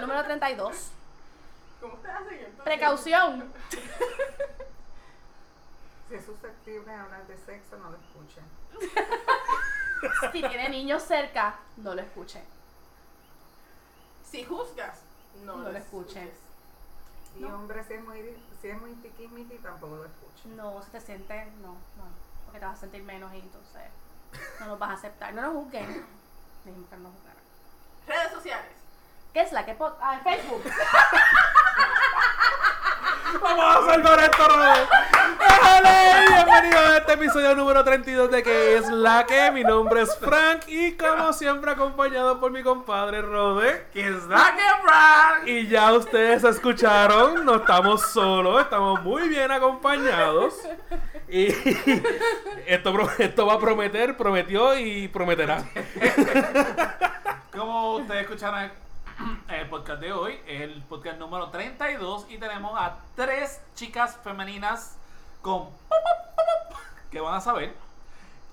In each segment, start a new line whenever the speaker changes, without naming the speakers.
62.
¿Cómo ustedes hacen entonces?
Precaución.
Si es susceptible a hablar de sexo, no lo escuchen.
Si tiene niños cerca, no lo escuchen.
Si juzgas, no,
No
lo
lo escuches.
Y
No.
hombre, si es muy, di- si es muy tiquismiqui, tampoco lo escuchen.
No, si te sientes, no, no. Porque te vas a sentir menos y entonces no nos vas a aceptar. No nos juzguen. Dijimos que no nos juzgaran.
Redes sociales.
¿Qué es la que pod- Ah, en Facebook.
Vamos a salvar esto, Robert. ¡Déjale! Bienvenidos a este episodio número 32 de que es la que. Mi nombre es Frank y como siempre acompañado por mi compadre Robert.
¿Qué es
Y ya ustedes escucharon, no estamos solos, estamos muy bien acompañados. Y esto, pro- esto va a prometer, prometió y prometerá.
Como ustedes escucharon el, el podcast de hoy, es el podcast número 32 y tenemos a tres chicas femeninas con pop, pop, pop, pop, que van a saber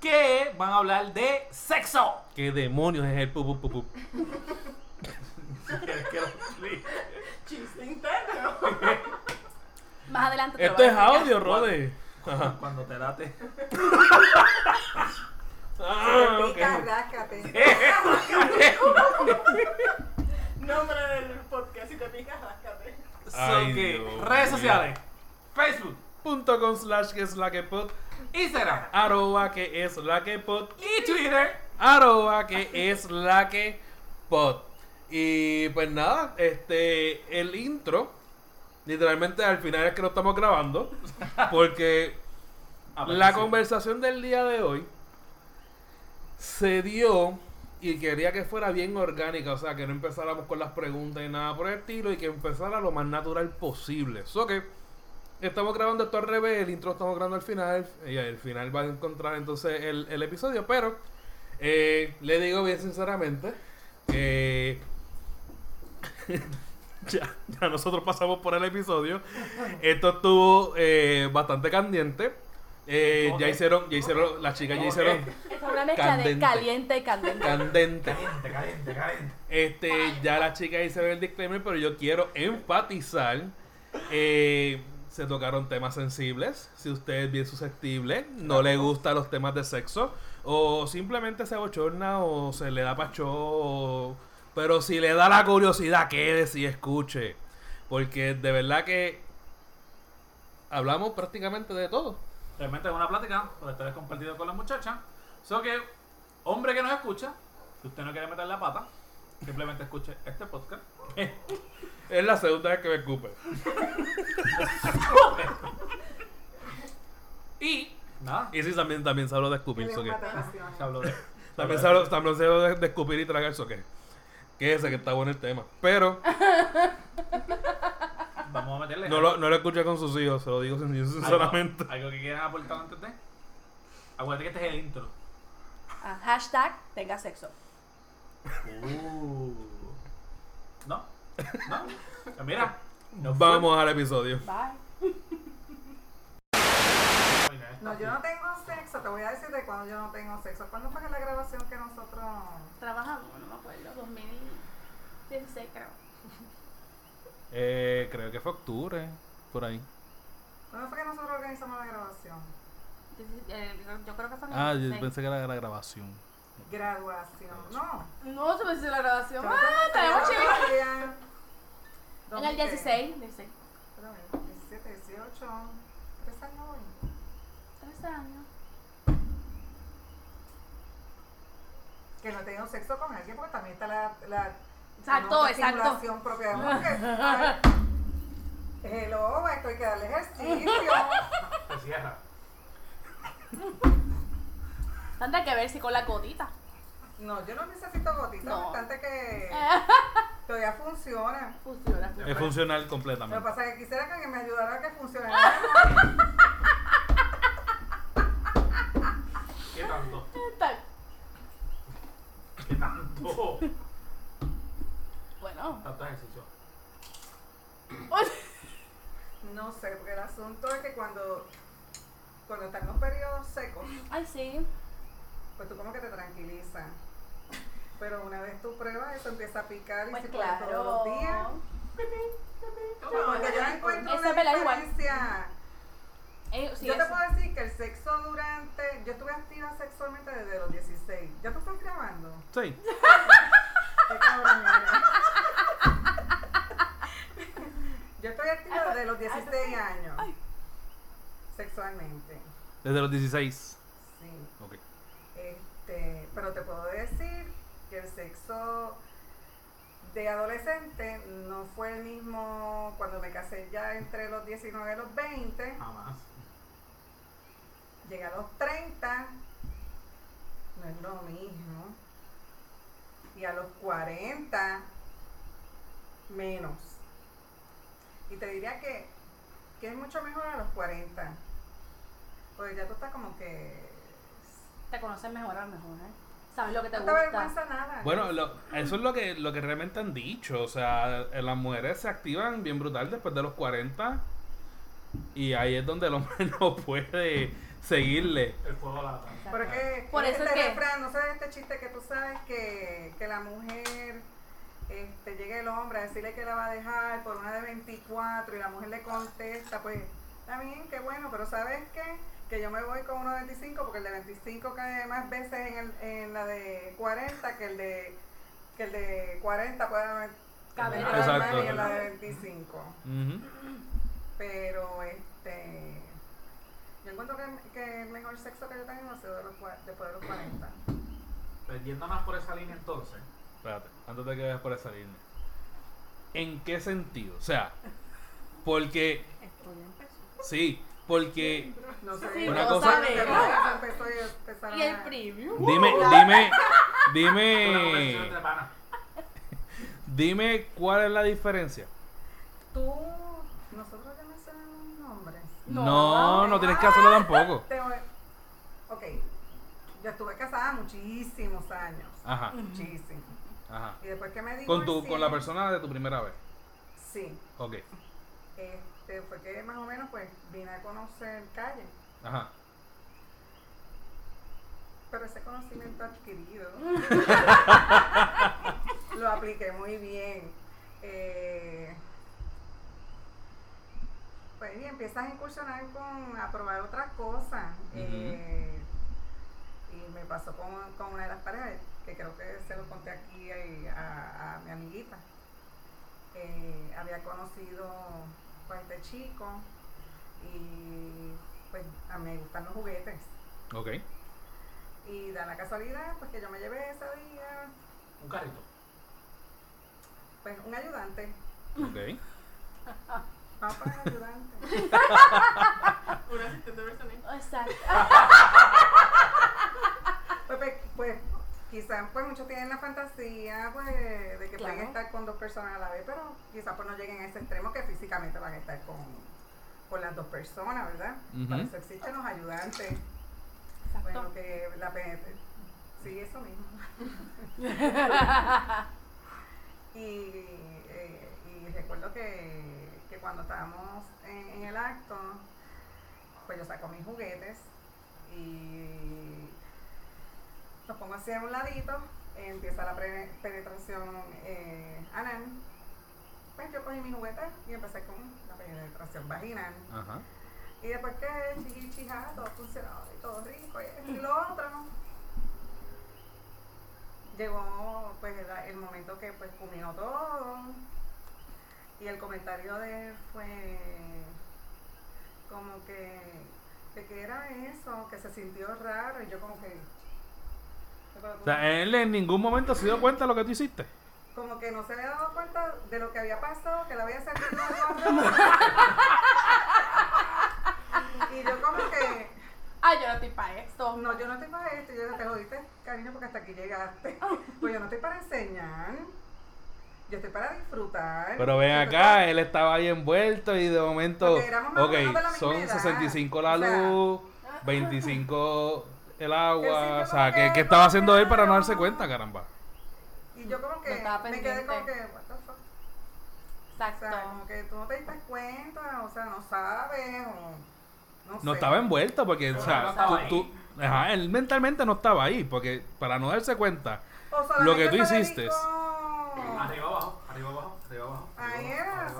que van a hablar de sexo.
¿Qué demonios es el pupu pupu?
Chiste interno.
Más adelante te lo
Esto
voy a
es
explicar.
audio, Rode.
Cuando, cuando te late.
Ah, ok.
Pica, ráscate.
Nombre del podcast. Si te picas, ráscate.
So
Ay,
que,
Dios
redes
mío.
sociales. Facebook,
Punto com slash que es la que pod.
Instagram
Arroba que es la que pod.
y Twitter.
Arroba que es la que pod. Y pues nada, este, el intro, literalmente al final es que lo estamos grabando, porque la conversación del día de hoy se dio y quería que fuera bien orgánica, o sea, que no empezáramos con las preguntas y nada por el estilo y que empezara lo más natural posible. So que estamos grabando esto al revés, el intro estamos grabando al final y al final van a encontrar entonces el, el episodio, pero eh, le digo bien sinceramente que... Ya, ya nosotros pasamos por el episodio. Esto estuvo eh, bastante caliente. Eh,
Ok.
Ya hicieron, ya hicieron, las chicas ya
Ok.
hicieron
Es una mezcla de
Candente.
caliente y candente.
candente.
Caliente, caliente, caliente.
Este, ya las chicas hicieron el disclaimer, pero yo quiero enfatizar. eh, se tocaron temas sensibles. Si usted es bien susceptible, no le gustan los temas de sexo, o simplemente se abochorna o se le da pacho. o- Pero si le da la curiosidad, quédese y escuche. Porque de verdad que hablamos prácticamente de todo.
Realmente es una plática por estar compartido con la muchacha. So que, hombre que nos escucha, si usted no quiere meter la pata, simplemente escuche este podcast.
Es la segunda vez que me escupe.
Y, nada,
Y sí, también, también se habló de
Que
escupir.
les
so que- Ah,
mataron.
se habló de.
También se habló, también se habló de, de escupir y tragar eso que. Que ese que está bueno el tema. Pero
Vamos a meterle.
no lo, no lo escuché con sus hijos, se lo digo
Ah,
sin- sinceramente.
¿Algo, algo que quieran aportar antes de. Acuérdate que este es el intro.
Ah, hashtag tenga sexo.
Uh.
¿No? ¿No? Pues mira. no fue.
Vamos al episodio.
Bye.
Mira, esta
No, yo no tengo sexo. Te voy a decir de cuando yo no tengo sexo. ¿Cuándo fue que la grabación que nosotros...
Trabajamos, no me acuerdo, 2016 creo.
Eh, creo que fue octubre, por ahí.
¿Cuándo fue que nosotros organizamos la grabación?
Eh, Yo creo que fue en el
Ah, yo
16.
pensé que era la grabación.
Graduación. No.
No, se me hizo la grabación.
Yo
Ah,
tengo
tenemos chivo.
todavía.
En el 16, 16.
Espérame, 17, 18, 3 años hoy.
Tres años.
Que no he tenido sexo con alguien porque también está la... la
Exacto,
la
exacto.
estimulación propia de uno, porque, ay, Hello, esto hay que darle ejercicio.
Se cierra.
Tendrá que ver si con la gotita.
No, yo no necesito gotitas,
No.
bastante que todavía funciona.
Funciona.
Es funcional completamente.
Lo que pasa es que quisiera que alguien me ayudara a que funcionara.
¿Qué tanto?
Tal-
¿Qué tanto?
Bueno.
Tanto ejercicio.
No sé, porque el asunto es que cuando, cuando están los periodos secos,
Ay, sí.
pues tú como que te tranquilizas. Pero una vez tú pruebas, eso empieza a picar y
Pues
si puedes
claro.
todos los días, Porque yo no encuentro
Eso
una
es verdad, igual.
diferencia.
Eh, sí,
yo te
eso.
puedo decir que el sexo durante. Yo estuve activa sexualmente desde los 16. ¿Ya tú estás grabando?
Sí.
Qué cabrón eres. Yo estoy activa desde los 16 años. Sexualmente.
Desde los 16.
Sí.
Ok.
Este, pero te puedo decir que el sexo de adolescente no fue el mismo cuando me casé ya entre los 19 y los 20.
Jamás.
Llegué a los 30. No es lo mismo. Y a los 40 menos. Y te diría que, que es mucho mejor a los 40. Porque ya tú estás como que...
Te conoces mejor a lo mejor, ¿eh? Sabes lo que te
No te
gusta.
avergüenza nada.
Bueno, lo- eso es lo que, lo que realmente han dicho. O sea, eh, las mujeres se activan bien brutal después de los 40. Y ahí es donde el hombre no puede seguirle.
El fuego lata.
Porque
Por eso
este
es que-
refrán, no sé de este chiste que tú sabes que, que la mujer este, llega el hombre a decirle que la va a dejar por una de 24 y la mujer le contesta, pues está bien, qué bueno, pero ¿sabes qué? Que yo me voy con uno de 25 porque el de 25 cae más veces en, el, en la de 40 que el de, que el de 40 puede
Cabe.
entrar más
Exacto.
en la de 25.
Ujú.
Pero este. Yo encuentro que, que el mejor sexo que yo tengo ha sido de los cua- después de los 40.
Pues, yendo más por esa línea entonces.
Espérate, antes de que vayas por esa línea. ¿En qué sentido? O sea, porque.
Esto ya empezó.
Sí, porque.
No sé.
Sí,
Una
no
cosa-
sabe.
Pero ya se empezó y empezaron
Y el
a-
preview.
Dime, dime, dime. Dime cuál es la diferencia.
Tú. Nosotros ya mencionamos nombres.
No,
No, no
vale.
tienes que hacerlo tampoco.
Te voy- Ok. Yo estuve casada muchísimos años.
Ajá,
Muchísimos.
ajá.
Y después que me divorcié.
Con, tu, con la persona de tu primera vez.
Sí.
Ok,
Este, fue que más o menos pues vine a conocer calle.
ajá.
Pero ese conocimiento adquirido lo apliqué muy bien. Eh, pues y empiezas a incursionar con a probar otras cosas. Eh, y me pasó con, con una de las parejas, que creo que se lo conté aquí eh, a, a mi amiguita. Eh, había conocido pues, este chico y pues a mí me gustan los juguetes.
Ok.
Y da la casualidad, pues que yo me llevé ese día,
Un carrito.
pues un ayudante,
Ok.
papá ayudante.
Un asistente personal.
Exacto.
Pues, pues, pues, quizás pues muchos tienen la fantasía pues de que
Claro.
pueden estar con dos personas a la vez, pero quizás pues no lleguen a ese extremo que físicamente van a estar con, con las dos personas, ¿verdad?
Ujú.
Para eso existen los ayudantes. Bueno,
Exacto.
que la pe- Sí, eso mismo. Y, eh, y recuerdo que, que cuando estábamos en, en el acto, pues yo saco mis juguetes y los pongo así a un ladito, empieza la pre- penetración eh, anal. Pues yo cogí mis juguetes y empecé con la penetración vaginal.
Ajá.
Y después que chiqui chija, todo funcionaba y todo rico, y esto y lo otro. Llegó pues el, el momento que pues culminó todo. Y el comentario de él fue como que, que, que era eso, que se sintió raro, y yo como que.
O sea, él en ningún momento se dio cuenta de lo que tú hiciste.
Como que no se había dado cuenta de lo que había pasado, que le había salido algo raro. Y yo como que.
Ah, yo no estoy para esto.
Oh, No, yo no estoy para esto. Yo te jodiste, cariño, porque hasta aquí llegaste. Pues yo no estoy para enseñar. Yo estoy para disfrutar.
Pero ven
Yo estoy
acá, eh.
para-
él estaba ahí envuelto y de momento.
Porque éramos más o
Ok,
menos de la misma
son
edad.
65 la
O sea,
luz, 25 el agua.
sitio
O sea,
como
¿qué,
que
qué estaba
no
haciendo él para no
creo.
darse cuenta, caramba?
Y yo como que
No estaba
me quedé como que,
pendiente.
what the fuck. O
Exacto.
sea, como que tú no te diste cuenta, o sea, no sabes, o no sé.
No estaba envuelto porque, o
Pero
sea,
no estaba
tú-
ahí.
tú- ajá, él mentalmente no estaba ahí porque para no darse cuenta.
O
lo que
solamente
tú
se
hiciste.
dedicó-
Arriba abajo, arriba abajo, arriba abajo.
Ahí
arriba, abajo,
era,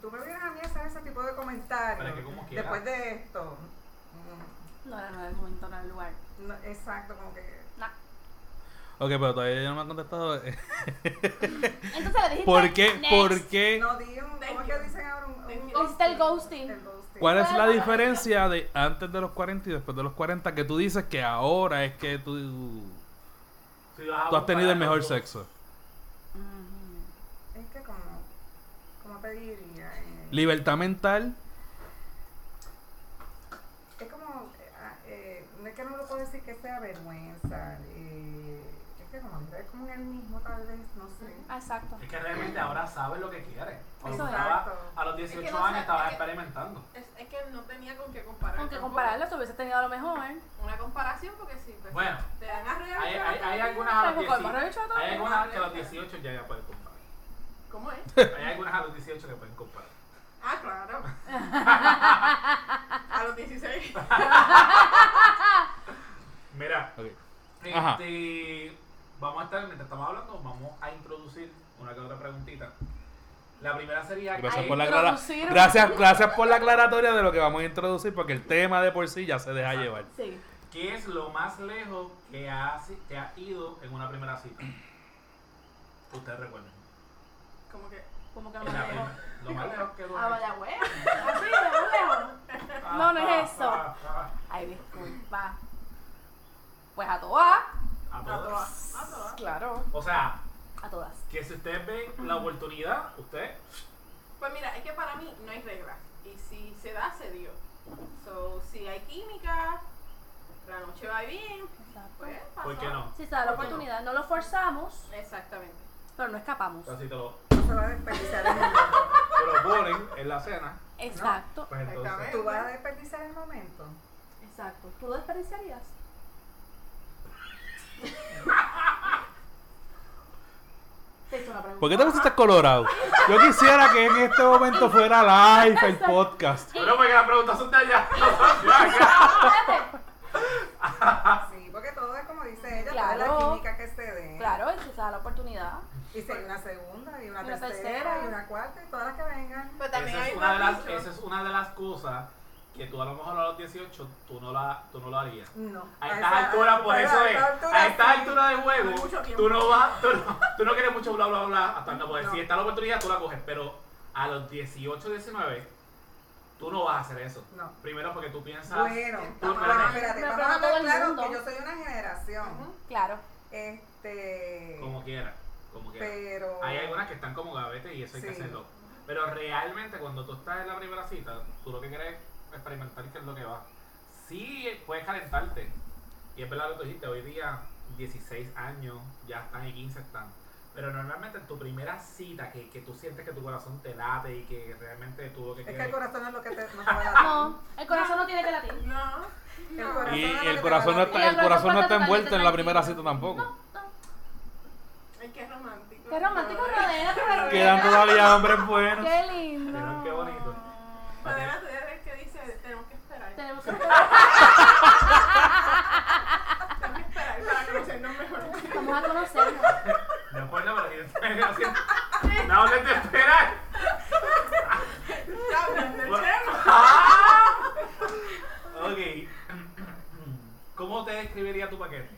tú me vienes a mí a hacer ese tipo de comentarios
Pero es que como quiera.
después de esto. mm,
No era no era el momento, no era el lugar.
no, exacto, como que.
Nah.
Ok, pero todavía ella no me ha contestado.
Entonces le dijiste.
¿Por qué?
"Next".
¿Por qué?
No, di un. ¿Cómo es que
you.
dicen ahora? Un,
Thank
un
you.
Está el ghosting.
El ghosting.
¿Cuál es la diferencia de antes de los 40 y después de los 40 que tú dices que ahora es que tú,
Si vas a
tú has tenido
comparar
el mejor
los dos,
sexo?
Ujú.
Es que como. ¿Cómo te diría? Eh,
Libertad mental.
es como. eh, ah, eh, no es que no lo puedo decir que sea vergüenza. Eh, es que como es como en el mismo, tal vez, no sé.
Ah, Exacto.
Es que realmente ahora sabes lo que quieres. Cuando
Eso es.
estaba,
Exacto.
a los 18
Es que no
años
sabe-
estabas
es que-
experimentando.
Es, es que no tenía con qué comparar.
Con que
tampoco.
compararlo, tú hubieses tenido a lo mejor. ¿eh?
Una comparación porque sí. pues,
Bueno,
Te dan a regalar
hay, hay, hay
todavía.
algunas a los
Pero con
18
barrocho todo.
hay algunas que a los 18 ya ya pueden comparar.
¿Cómo es?
Hay algunas a los 18 que pueden comparar.
Ah, claro. a los 16.
Mira,
Ok. Ajá.
este, vamos a estar, mientras estamos hablando, vamos a introducir una que otra preguntita. La primera sería
Gracias
¿qué-
por la aclara-
Introducir.
gracias, gracias por la aclaratoria de lo que vamos a introducir porque el tema de por sí ya se deja llevar.
Sí.
¿Qué es lo más lejos que has, que has ido en una primera cita? Ustedes recuerdan.
Como que.
Como que
En
lo
la
más lejos.
primera- Lo más lejos que tú
A
has hecho.
¿eh?
Mayagüez.
Así, lo más lejos. No, no es eso.
Ah, ah,
Ay, disculpa. Pues a todas.
ah, A
A
todas.
todas. A todas.
Claro.
O sea,
A todas.
que si ustedes ven la oportunidad, usted.
Pues mira, es que para mí no hay reglas. Y si se da, se dio. So, si hay química, la noche va bien, pues pasó.
¿Por qué no?
Si se da la oportunidad, no lo forzamos,
Exactamente.
pero no escapamos.
O sea, si te lo,
No se va a desperdiciar el momento.
te lo ponen en la cena,
Exacto.
pues entonces.
Exactamente.
¿Tú vas a desperdiciar el momento?
Exacto. ¿Tú lo desperdiciarías? Te hice una pregunta.
¿Por qué te pusiste colorado? Yo quisiera que en este momento fuera live el podcast.
Pero porque la pregunta son de allá. no son de acá.
Espérate.
Ah.
Sí, porque todo es como dice ella,
Claro.
toda la química que se dé.
Claro, y si se da la oportunidad.
Y si hay una segunda, y una,
Y una
tercera,
tercera.
y una cuarta, y todas las que vengan.
Pero Pues también
Esa
hay
es, una de las,
dicho,
esa es una de las cosas que tú a lo mejor a los 18 tú no, la, tú no lo harías.
No.
A estas
esa-
alturas, por
pero
eso
a
es.
esta
A esta
sí.
altura de juego,
No hay mucho tiempo.
tú no vas, tú no, tú no quieres mucho bla bla bla hasta no poder.
No.
Si está la oportunidad, tú la coges, pero a los 18, 19, tú no vas a hacer eso.
No.
Primero porque tú piensas.
Bueno,
Tú,
vamos a-
espérate.
espérate,
Me
vamos a
pregunta todo
hablar
el
claro
mundo.
que yo soy una generación.
Ujú.
Claro.
Este.
Como quiera, como quiera.
Pero.
Hay algunas que están como gavetes y eso hay que
Sí.
hacerlo. Pero realmente cuando tú estás en la primera cita, tú lo que quieres es experimentar qué es lo que va. Sí, eh, puedes calentarte. Y es verdad lo que tú dijiste, hoy día 16 años, ya están y 15 están. Pero normalmente en tu primera cita, que, que tú sientes que tu corazón te late y que realmente tú lo que
Es que el
quieres...
corazón es lo que te, no te va a dar.
No, el corazón no tiene que latir.
No.
El
no.
corazón
Y
es lo que
el
te va
corazón no
a dar.
está, el corazón no está envuelto en la primera cita tampoco.
Es que es romántico.
Qué romántico, Rodena, pero
Quedan todavía hombres buenos.
Qué lindo.
Pero qué bonito.
Además, tú ya ves que dice, tenemos que esperar.
Tenemos que
Tenemos que esperar para conocernos mejor.
vamos a conocernos.
De acuerdo, pues pero yo estoy haciendo... No hables de esperar.
Ya hablan del
Bueno.
tema.
Ok. ¿Cómo te describiría tu paquete?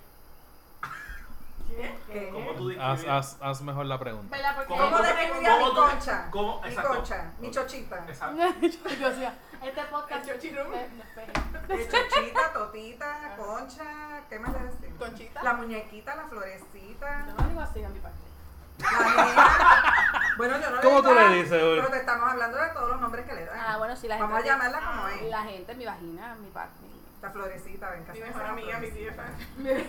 ¿Qué?
¿Qué?
¿Cómo tú
Haz,
describirías?
haz- haz mejor la pregunta.
¿Verdad? Porque
¿Cómo
¿Cómo
tú-
le describía mi
cómo tú-
concha?
cómo-
Mi
exacto.
concha, mi chochita.
Exacto.
Yo decía, este podcast.
El chochirum.
Eh, no, espera.
Mi chochita, totita, concha, ¿qué más le decimos?
Conchita.
La muñequita, la florecita.
No lo digo así de mi parte.
La nena. Bueno, yo no le
¿Cómo
digo
tú le
nada,
dices, Uri?
Pero te estamos hablando de todos los nombres que le dan.
Ah, bueno, sí, la gente.
Vamos a llamarla como es.
La gente, mi vagina, mi parte. mi-
La florecita, ven,
Mi
casi
mejor amiga, mi tía.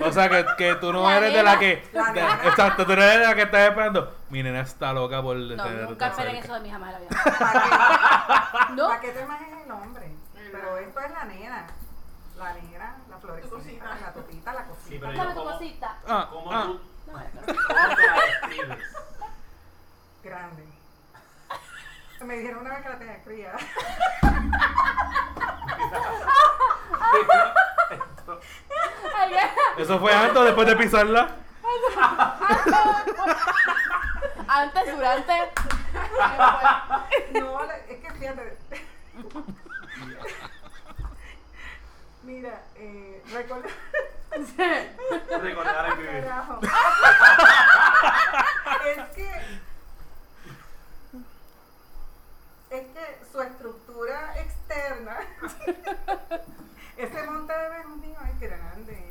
O sea que, que tú no
La
eres de
nena.
la que.
La
de-
nena.
exacto, tú no eres de la que estás esperando. Mi nena está loca por
No,
tenerte
nunca esperen
cerca.
eso de mí jamás en la vida.
¿Para
No,
qué temas es el nombre? Pero esto es la nena. La nena, la florecita,
cosita.
la totita, la
Sí,
cosita.
pero
dame
yo
tu
como,
cosita.
Ah,
como
ah.
tú
No, no,
¿cómo te la describes.
Grande. Me dijeron una vez que la tenía cría.
no. Ay, ya.
Eso fue antes o después de pisarla.
Antes, durante.
No, la- es eh, Ese monte de Venus mío es grande.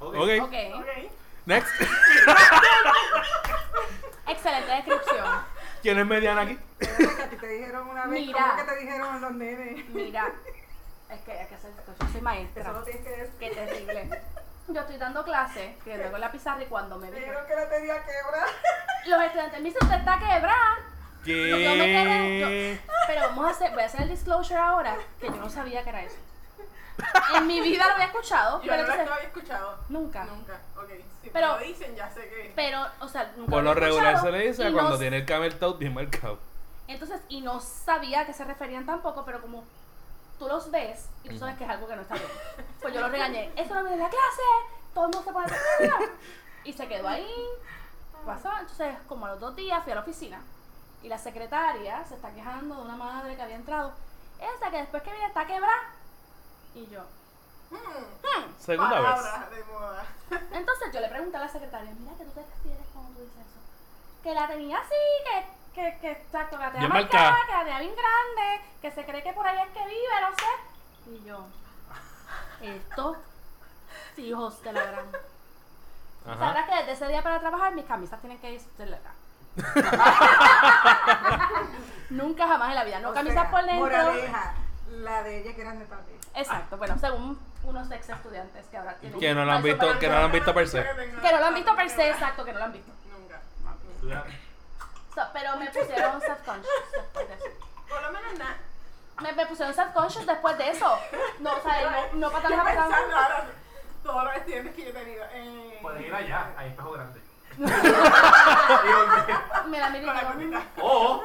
Ok.
Ok,
Ok.
Ok.
next.
Excelente descripción.
¿Quién es mediana aquí?
Espérate, que a ti te dijeron una vez,
Mira.
¿cómo que te dijeron los nenes?
Mira, es que hay que hacer esto. Yo soy
Eso lo
maestra.
tienes que decir.
Qué terrible. Yo estoy dando clases, escribiendo con la pizarra y cuando me
Me
dijo.
dijeron que la tenía quebra.
Los estudiantes me dicen, usted está quebrada. Yo me quedé-
¿Qué?
Pero vamos a hacer, voy a hacer el disclosure ahora, que yo no sabía que era eso. En mi vida lo había escuchado,
Yo
pero
no
entonces-
lo había escuchado.
nunca.
Nunca. Ok. Si
Pero-
me lo dicen, ya sé que.
Pero, o sea, nunca
Por
lo
lo
había
regular se
escuchado,
le dice
y
a cuando
no-
tiene el camel toe bien marcado.
Entonces, y no sabía a qué se referían tampoco, pero como tú los ves y tú sabes que es algo que no está bien. Pues yo los regañé, eso no viene de la clase, todo el mundo se pone de Y se quedó ahí, pasó. Entonces, como a los dos días fui a la oficina y la secretaria se está quejando de una madre que había entrado. Esa que después que viene está quebrada. Y yo,
Mm,
Segunda vez.
palabras de moda.
Entonces yo le pregunté a la secretaria, mira que tú te refieres cuando tú dices eso. Que la tenía así, que, que, que está con la tenía
Bien
marcada,
marcada.
que la tenía bien grande, que se cree que por ahí es que vive, no sé. Y yo, estos hijos de la gran.
Ajá.
Sabrás que desde ese día para trabajar mis camisas tienen que ir de la gran. Nunca jamás en la vida, no
O
camisas
sea,
por dentro.
Moraleja, la de ella es grande también.
Exacto, bueno, según unos ex estudiantes que ahora tienen.
Que no la han
falso
visto, que no la han visto per se.
Que no lo han visto per se, exacto, que no lo han visto.
Nunca.
So, pero me pusieron self-conscious después de eso.
Por lo menos nada.
Me, me pusieron self-conscious después de eso. No, o sea, no, no patadas a patadas.
Pensando ahora todos los estudiantes que yo he tenido. Eh,
Puedes ir allá, hay espejo grande.
Me la miré
Con la
y digo,
comida.
O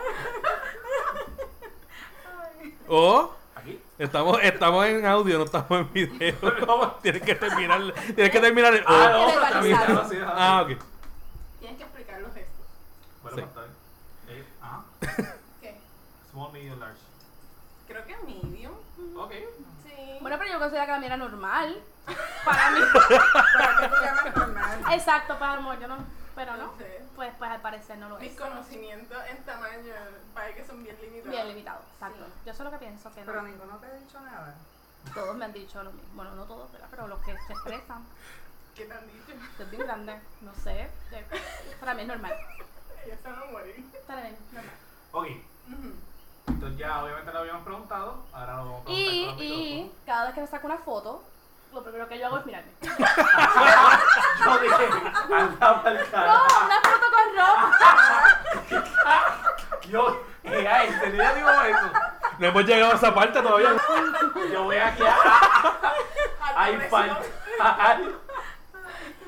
O
aquí.
estamos, estamos en audio, no estamos en video. tienes que terminar, tienes que terminar el.
Ah,
o.
no,
Tiene
está bien,
palizado.
no, sí, ajá.
Ah, ok.
Tienes que explicar los gestos.
Bueno,
Sí.
pues, está bien. Eh, ajá.
¿Qué?
Small, medium, large.
Creo que medium.
Ok.
Sí.
Bueno, pero yo considero que la mía era normal. Para mí.
Para que tú llamas normal.
Exacto, para amor, yo no. Pero no.
No sé.
Pues, pues al parecer no lo
Mis
es.
conocimientos en tamaño parece que son bien limitados.
Bien limitado, exacto.
Sí.
Yo solo que pienso que no.
Pero ninguno te ha dicho nada.
Todos me han dicho lo mismo. Bueno, no todos, ¿verdad? Pero los que se expresan.
¿Qué te han dicho?
Esto es bien grande. No sé. eh, Para mí es normal.
Ellos se van a morir.
Para mí es normal.
Ok.
Ujú.
Entonces ya obviamente lo habíamos preguntado. Ahora lo vamos a preguntar
Y,
con los
y cada vez que me saco una foto, lo primero que yo hago es mirarme.
micrófonos. Yo dije, anda pa'l
No,
carajo.
una foto con ropa.
Yo, eh, ay, ¿en serio digo eso?
No hemos llegado a esa parte todavía.
Yo voy aquí a...
Alta
Ay,
presión.
falta.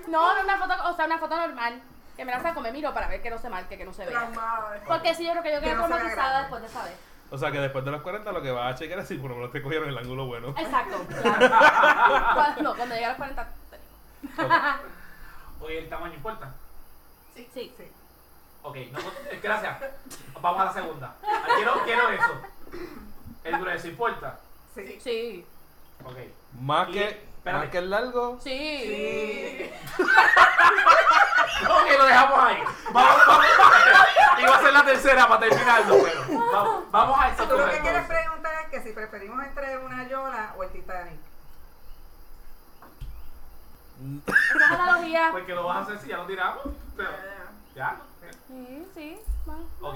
No, no una foto, o sea, una foto normal. Que me la saco, me miro para ver que no se marque, que no se vea.
Traumado.
Porque sí, yo creo que yo quedé
Que no se vea
traumatizada
grande.
después de esa vez.
O sea que después de los 40 lo que vas a chequear es si por lo menos te cogieron el ángulo bueno.
Exacto, claro. Cuando, no, cuando llegué a los 40.
Oye, el tamaño importa.
Sí.
Sí.
Ok, no, eh, gracias. Vamos a la segunda. Ah, Quiero, quiero eso. El grueso importa.
Sí.
Sí.
Ok.
Más
Y-
que,
espérate.
más que el largo.
Sí.
Sí.
Ok, lo dejamos ahí. Vamos, vamos. Iba a ser la tercera para terminarlo, pero vamos, vamos a eso.
Tú lo que
primero,
quieres
entonces.
preguntar es que si preferimos entre una Yola o el Titanic.
Esa es la analogía.
Porque lo vas a hacer si ya lo tiramos. Pero, ya.
Sí, sí. bueno.
Ok.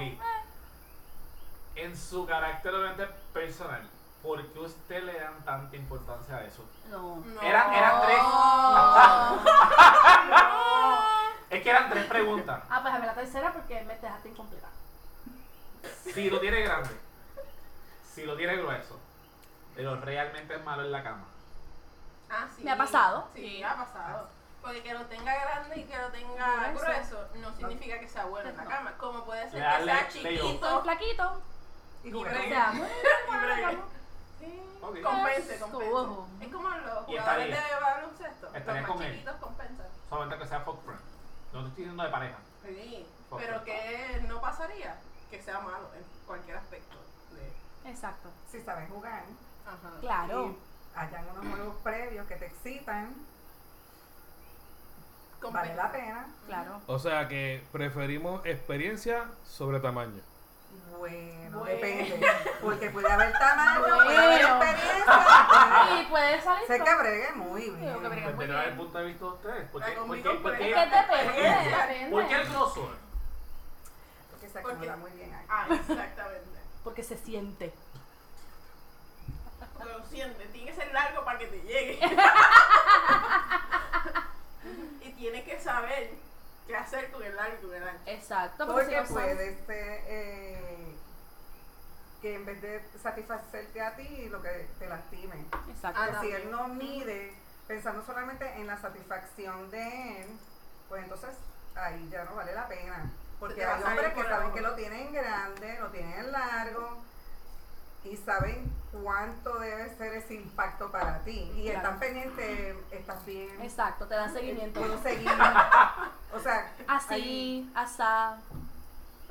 En su carácter obviamente personal, ¿por qué usted le dan tanta importancia a eso?
No.
No.
Eran, eran tres.
Ah,
Es que eran tres preguntas.
pues a ver la tercera porque me dejaste incompleta.
Si lo tiene grande, si lo tiene grueso, pero realmente es malo en la cama.
Ah, sí.
¿Me ha pasado?
Sí, ha pasado. Porque que lo tenga grande y que lo tenga
Grueso.
grueso no significa que sea bueno en la
No.
cama. Como puede ser
Dale,
que sea
Leo.
Todo
chiquito
flaquito.
Y
y
juguemos.
O
bregue.
sea, muy
Y bregue.
Ok.
Compense,
Eso.
compense. Es como los
Y está
jugadores
bien.
de baloncesto. Los
Está bien
más
con él.
chiquitos compensan.
Solamente que sea fuck friend. No te estoy diciendo de pareja.
Sí.
Ok.
Pero que no pasaría que sea malo en cualquier aspecto. de-
Exacto.
Si saben jugar,
Ajá.
Claro.
hayan unos juegos previos que te excitan, vale
Compensa.
la pena.
Claro.
O sea que preferimos experiencia sobre tamaño.
Bueno,
Bueno.
depende. Porque puede haber tamaño, puede haber
Bueno.
experiencia.
Y puede salir.
sé
con-
que bregué muy
Digo que bregué.
bien.
Dependerá del punto Pues de vista de ustedes.
Está
¿Por qué, por qué,
conmigo,
por
pero-
qué,
Es que depende, depende.
por qué el grosor?
Porque se
Porque-
acomoda muy bien ahí.
Ah, exactamente.
Porque se siente.
Lo siente, tiene que ser largo para que te llegue. y tienes que saber qué hacer con el largo y con el ancho.
Exacto. Porque,
Porque
si no sabes-
puede ser eh, que en vez de satisfacerte a ti, lo que te lastime.
Exacto.
Ah,
Que si
también.
él no mide pensando solamente en la satisfacción de él, pues entonces ahí ya no vale la pena.
Se
Porque
te va a
hay
salir
hombres que
por
saben
abajo.
que lo tienen grande, lo tienen largo y saben cuánto debe ser ese impacto para ti. Y
Claro.
están pendientes, estás bien,
Exacto, te dan seguimiento.
puedo seguir. O sea, ahí
Así, asá.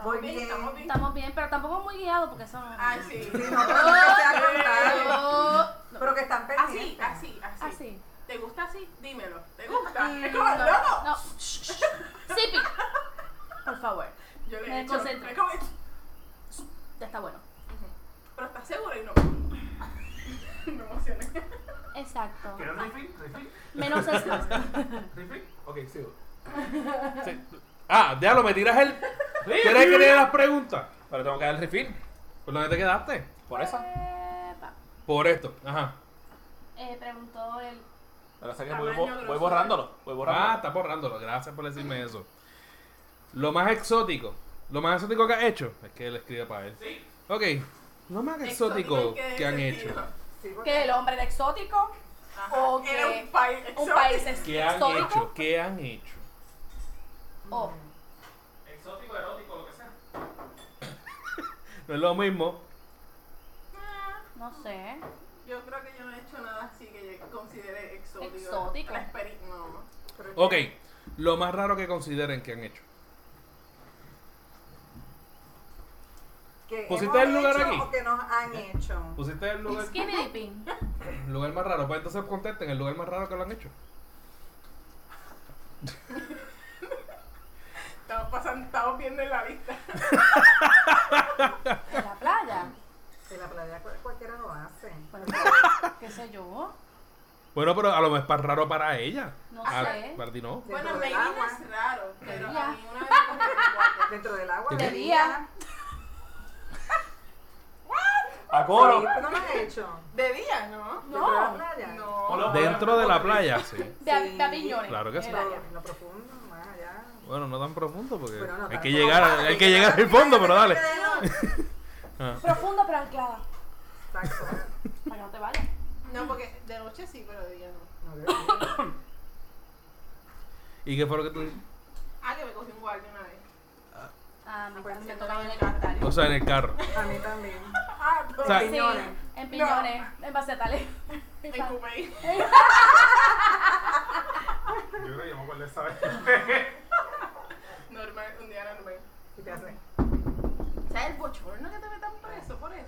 voy
¿Estamos bien?
bien.
¿Estamos bien?
Estamos bien, pero tampoco muy guiado porque eso no.
Ay, sí.
Sí, no, pero no que sea contrario,
Oh,
pero que están
Así,
pendientes.
así, así.
Así.
¿Te gusta así? Dímelo. ¿Te gusta?
Mm,
es como el
No,
lobo.
no. Shh, shh. Sipi. Por favor.
Yo le
Me
he hecho.
desconcentro.
es como-
Ya está bueno.
Pero estás seguro y no. Me emocioné.
Exacto.
¿Quieres refill? ¿Refill?
Menos es más.
¿Refill? Ok, sigo.
Ah, déjalo, me tiras el. ¿Quieres que te dé las preguntas?
Pero tengo que dar el refill.
¿Por dónde te quedaste?
Por eso.
Epa.
Por esto. Ajá.
Eh, preguntó el.
Pero sé que
Tamaño,
voy, bo-
grosor.
voy borrándolo. Voy
Ah,
borrándolo.
está borrándolo. Gracias por decirme eso. Lo más exótico. Lo más exótico que has hecho. Es que él escribe para él.
Sí.
Ok. Lo más exótico
¿en qué
que han
sentido?
hecho.
Sí, porque-
Que el hombre era exótico.
Ajá.
O que
Era un país
un
exótico.
país es-
¿Qué han
exótico.
hecho? ¿Qué han hecho?
O
Exótico, erótico, lo que sea.
No es lo mismo.
Ah,
no sé.
Yo creo que yo no he hecho nada así que yo considere exótico.
Exótico.
La experi- no, no. Pero es que-
Ok. Lo más raro que consideren que han hecho.
que
¿Pusiste
hemos
el lugar
hecho
aquí?
o que nos han hecho.
Pusiste el lugar,
Skinny dipping.
el lugar más raro. Pues entonces contesten el lugar más raro que lo han hecho.
Estamos pasando, estamos viendo en la lista.
En la playa.
En la playa cual- cualquiera lo hace.
Bueno, pues, qué sé yo.
Bueno, pero a lo mejor es pa- raro para ella.
No
Ah,
sé.
Para ti no.
Dentro
Bueno,
del
me
agua.
es raro, pero
Ya.
a mí una vez me cogí en el cuarto.
Dentro del agua.
De
de
día.
A
Sí,
coro.
pero no lo han hecho.
¿De día, no?
Dentro de la
No.
playa.
Hola.
No.
Dentro de la playa, sí.
De, a- de a piñones.
Claro que
En
sí.
el área.
Pero en lo profundo, más allá.
Bueno, no tan profundo porque
Pero no
Pues, hay,
tanto.
que llegar, hay que llegar al fondo, pero dale. Ah.
Profunda pero anclada.
Exacto.
Para que no te vayas.
No, porque de noche sí, pero de día no.
No, de día.
¿Y qué fue lo que tú
Ah, que me cogí un guardia una vez.
Ah, me
Pues
parece que
me
toca en el
O sea, en el carro.
A mí también.
Ah,
O
pero
sea,
en piñones.
Sí, en piñones, en bacetales.
me cubrí.
Yo creo que yo me acuerdo de esa vez.
Normal, un día normal.
¿Qué te hace?
¿Sabes el bochorno que te metan preso por eso?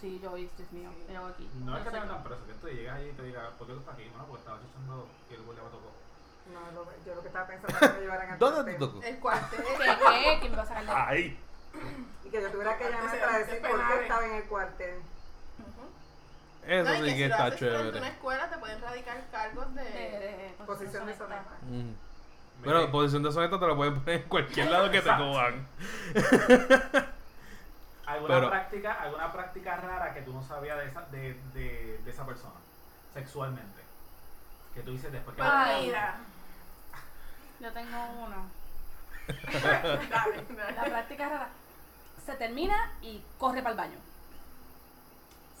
Sí, yo vi, Dios mío, pero aquí.
No es que te metan preso, que tú llegas allí y te digas, ¿por qué tú estás aquí? Bueno, porque estaba chuchando y el guardia me tocó.
No, lo- yo lo que estaba pensando era que me llevaran al
¿Dónde te
cuartel.
tocó?
El cuartel.
¿Qué, qué? ¿Quién me va a sacar de aquí?
Ahí.
Y que yo tuviera que llamar para decir por qué estaba en el cuartel.
Eso
No, y
sí
si
que
lo
está
haces frente a una
chévere.
escuela te pueden radicar cargos de...
De- de- de-
Posición de sonar.
Mm. Bueno, posición de soneta te la pueden poner en cualquier lado que te
Exacto.
cojan.
¿Alguna,
Pero-
práctica, ¿Alguna práctica rara que tú no sabías de esa, de, de, de esa persona? Sexualmente. Que tú dices después que...
Pues
Ay.
mira,
Yo tengo uno.
dale,
La
dale.
práctica es rara. Se termina y corre para el baño.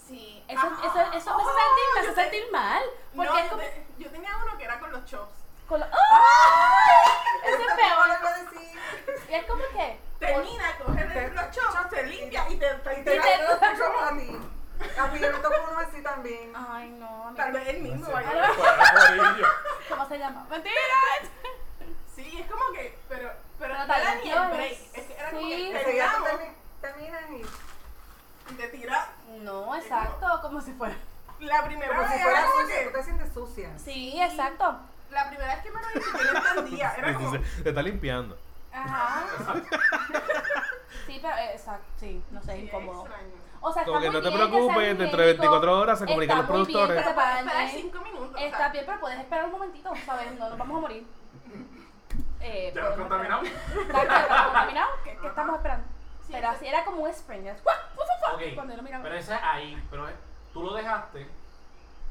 Sí.
Eso,
Ah,
eso, eso me hace
oh,
sentir, me
yo
hace
te-
sentir mal.
No,
Porque es
yo,
como.
te- yo tenía uno que era con los chops.
con lo- ¡Ah! Eso es
No
peor.
le voy a decir.
Y es como que.
Termina, coge los chops, se limpia y te...
Y te
te-
los puso a mí. A mí yo me tocó uno así también.
Ay, no, amiga.
Tal vez él mismo vaya.
¿Cómo se llama? ¡Mentira!
Sí, es como que, pero, pero
Pero
no era
tal
ni
vez
el break.
es-
Es que era como
sí.
que
Enseguida tú
terminamos
termi- terminas y
y te tira
No, exacto, como si fuera.
la primera
como pues si
vez.
fuera
era como
sucia. Tú
que,
te sientes sucia.
Sí, exacto.
la primera vez que me lo hice, yo no entendía. Era como,
Se, se está limpiando.
Ajá. Sí, pero eh, exacto, sí, no sé, es
Qué
incómodo.
extraño.
O sea, está
Como que
muy
no te
bien que sean
preocupes, dentro de
higiénicos,
24 horas se comunican
está
los
muy bien que
productores.
se paren,
Espera cinco minutos. o sea,
Está bien, pero puedes esperar un momentito, ¿sabes? No nos vamos a morir. Eh,
Ya nos
podemos
contaminamos.
esperar. Está claro, contaminado. ¿Qué, qué estamos esperando?
Sí,
pero así era como un spring. es ¡guau! ¡Fu, fu, fu!
Ok,
Cuando lo miran.
Pero ese es ahí, pero es- tú lo dejaste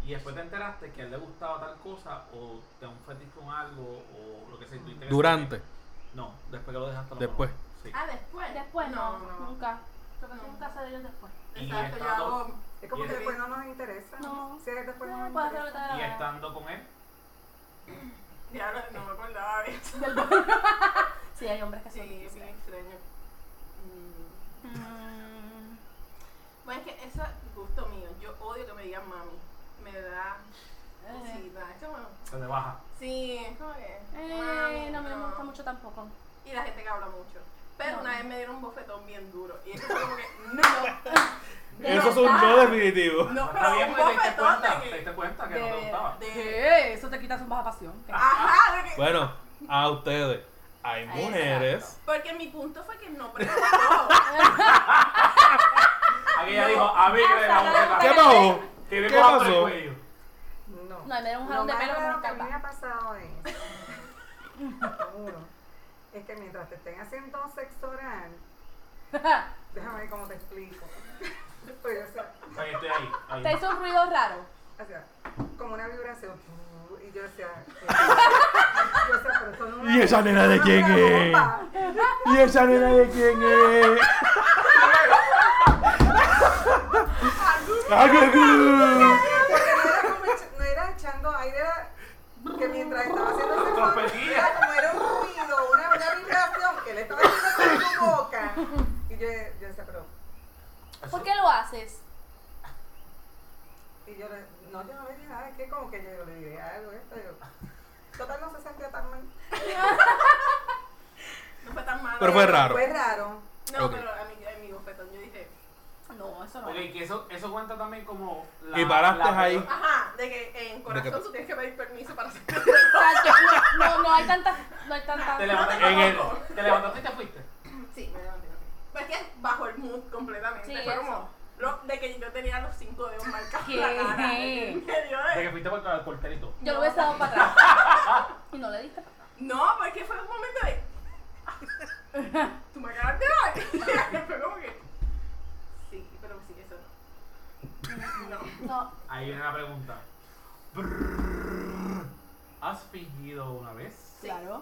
y después te enteraste que a él le gustaba tal cosa o te ofendiste con algo o lo que sea. y tú te-
Durante.
No, después que lo dejaste. lo
Después.
mejor. Sí.
Ah, después.
Después no,
no.
nunca. Creo que
No.
nunca se de ellos después.
Y
Exacto, yo
estando-
hago.
Es como
Y
que
el-
después no nos interesa.
No.
Si es después no
No,
nos
puedes hacer lo que
interesa.
Ah.
te dé la
Y
gana.
estando con él,
Diablo, no me acordaba de eso.
Sí, hay hombres que
Sí,
son
es bien
difíciles.
extraño. Mm.
Mm,
Bueno, es que eso es gusto mío. Yo odio que me digan mami. Me da.
eh,
Sí, da. Eso bueno.
se le baja.
Sí, es como que.
eh,
mami,
no me gusta mucho tampoco.
Y la gente que habla mucho. Pero
No.
una vez me dieron un bofetón bien duro. Y eso fue como que. No.
Eso es un no definitivo.
No,
Está
pero
bien,
un
pues, te diste
bofetón
cuenta,
de
te
que.
diste cuenta que no te gustaba.
de-
¿Qué? Eso te quitas un baja pasión. ¿Qué?
Ajá, de que.
Bueno, a ustedes. Hay
Ahí está.
mujeres.
Porque mi punto fue que no preguntó.
Aquí ella dijo, a mí que le da un
Hasta la-
¿Qué
bofetón.
pasó?
Y me
¿Qué
cortó el
pasó?
cuello.
No.
No, me da un
Lo
jalón de
más
pelo como
raro
un
que a mí me
calva.
ha pasado es, seguro, es que mientras te estén haciendo sexo oral, déjame ver cómo te explico. Pues, o sea,
Ahí estoy ahí. ahí.
Te hizo un ruido raro.
o sea, como una vibración. Y yo decía, eh, yo decía, pero eso no es
¿Y esa nena de
no
quién
una
es?
bomba.
¿Y esa nena de quién es?
Porque no era
¡Agugú!
como echa- no era echando aire, era que mientras estaba haciendo sexo oral,
Trompetilla.
era como era un ruido, una, una vibración que le estaba haciendo con su boca. Y yo, yo decía, pero.
Eso-
¿Por qué lo haces?
Y yo le, no, yo no le dije nada, es que como que yo le dije algo, esto, yo, total no se sentía tan mal.
No fue tan malo.
Pero fue raro.
Fue raro.
No,
Ok.
pero a mí, a mi bofetón yo dije.
No, eso no.
Ok, que eso, eso cuenta también como la.
Y paraste
la-
ahí.
Ajá, de que en corazón
De que-
tú tienes que pedir permiso para hacer.
Exacto, no, no, no hay tanta, no hay tanta.
Te levantaste,
En el-
te levantaste y te fuiste.
Sí, me levanté. Pero es que es bajo el mood completamente.
Sí,
fue
eso.
como. lo- de que yo tenía los cinco dedos marcados en
¿Qué?
la cara. de que me dio de-
De que fuiste por el portero y todo.
Yo lo hubiese dado para atrás. Y no le diste para atrás.
No, porque fue un momento de. Tú me acabas de dar. fue como que. Sí, pero sí, eso no. No.
No,
Ahí viene la pregunta. ¿Has fingido una vez?
claro.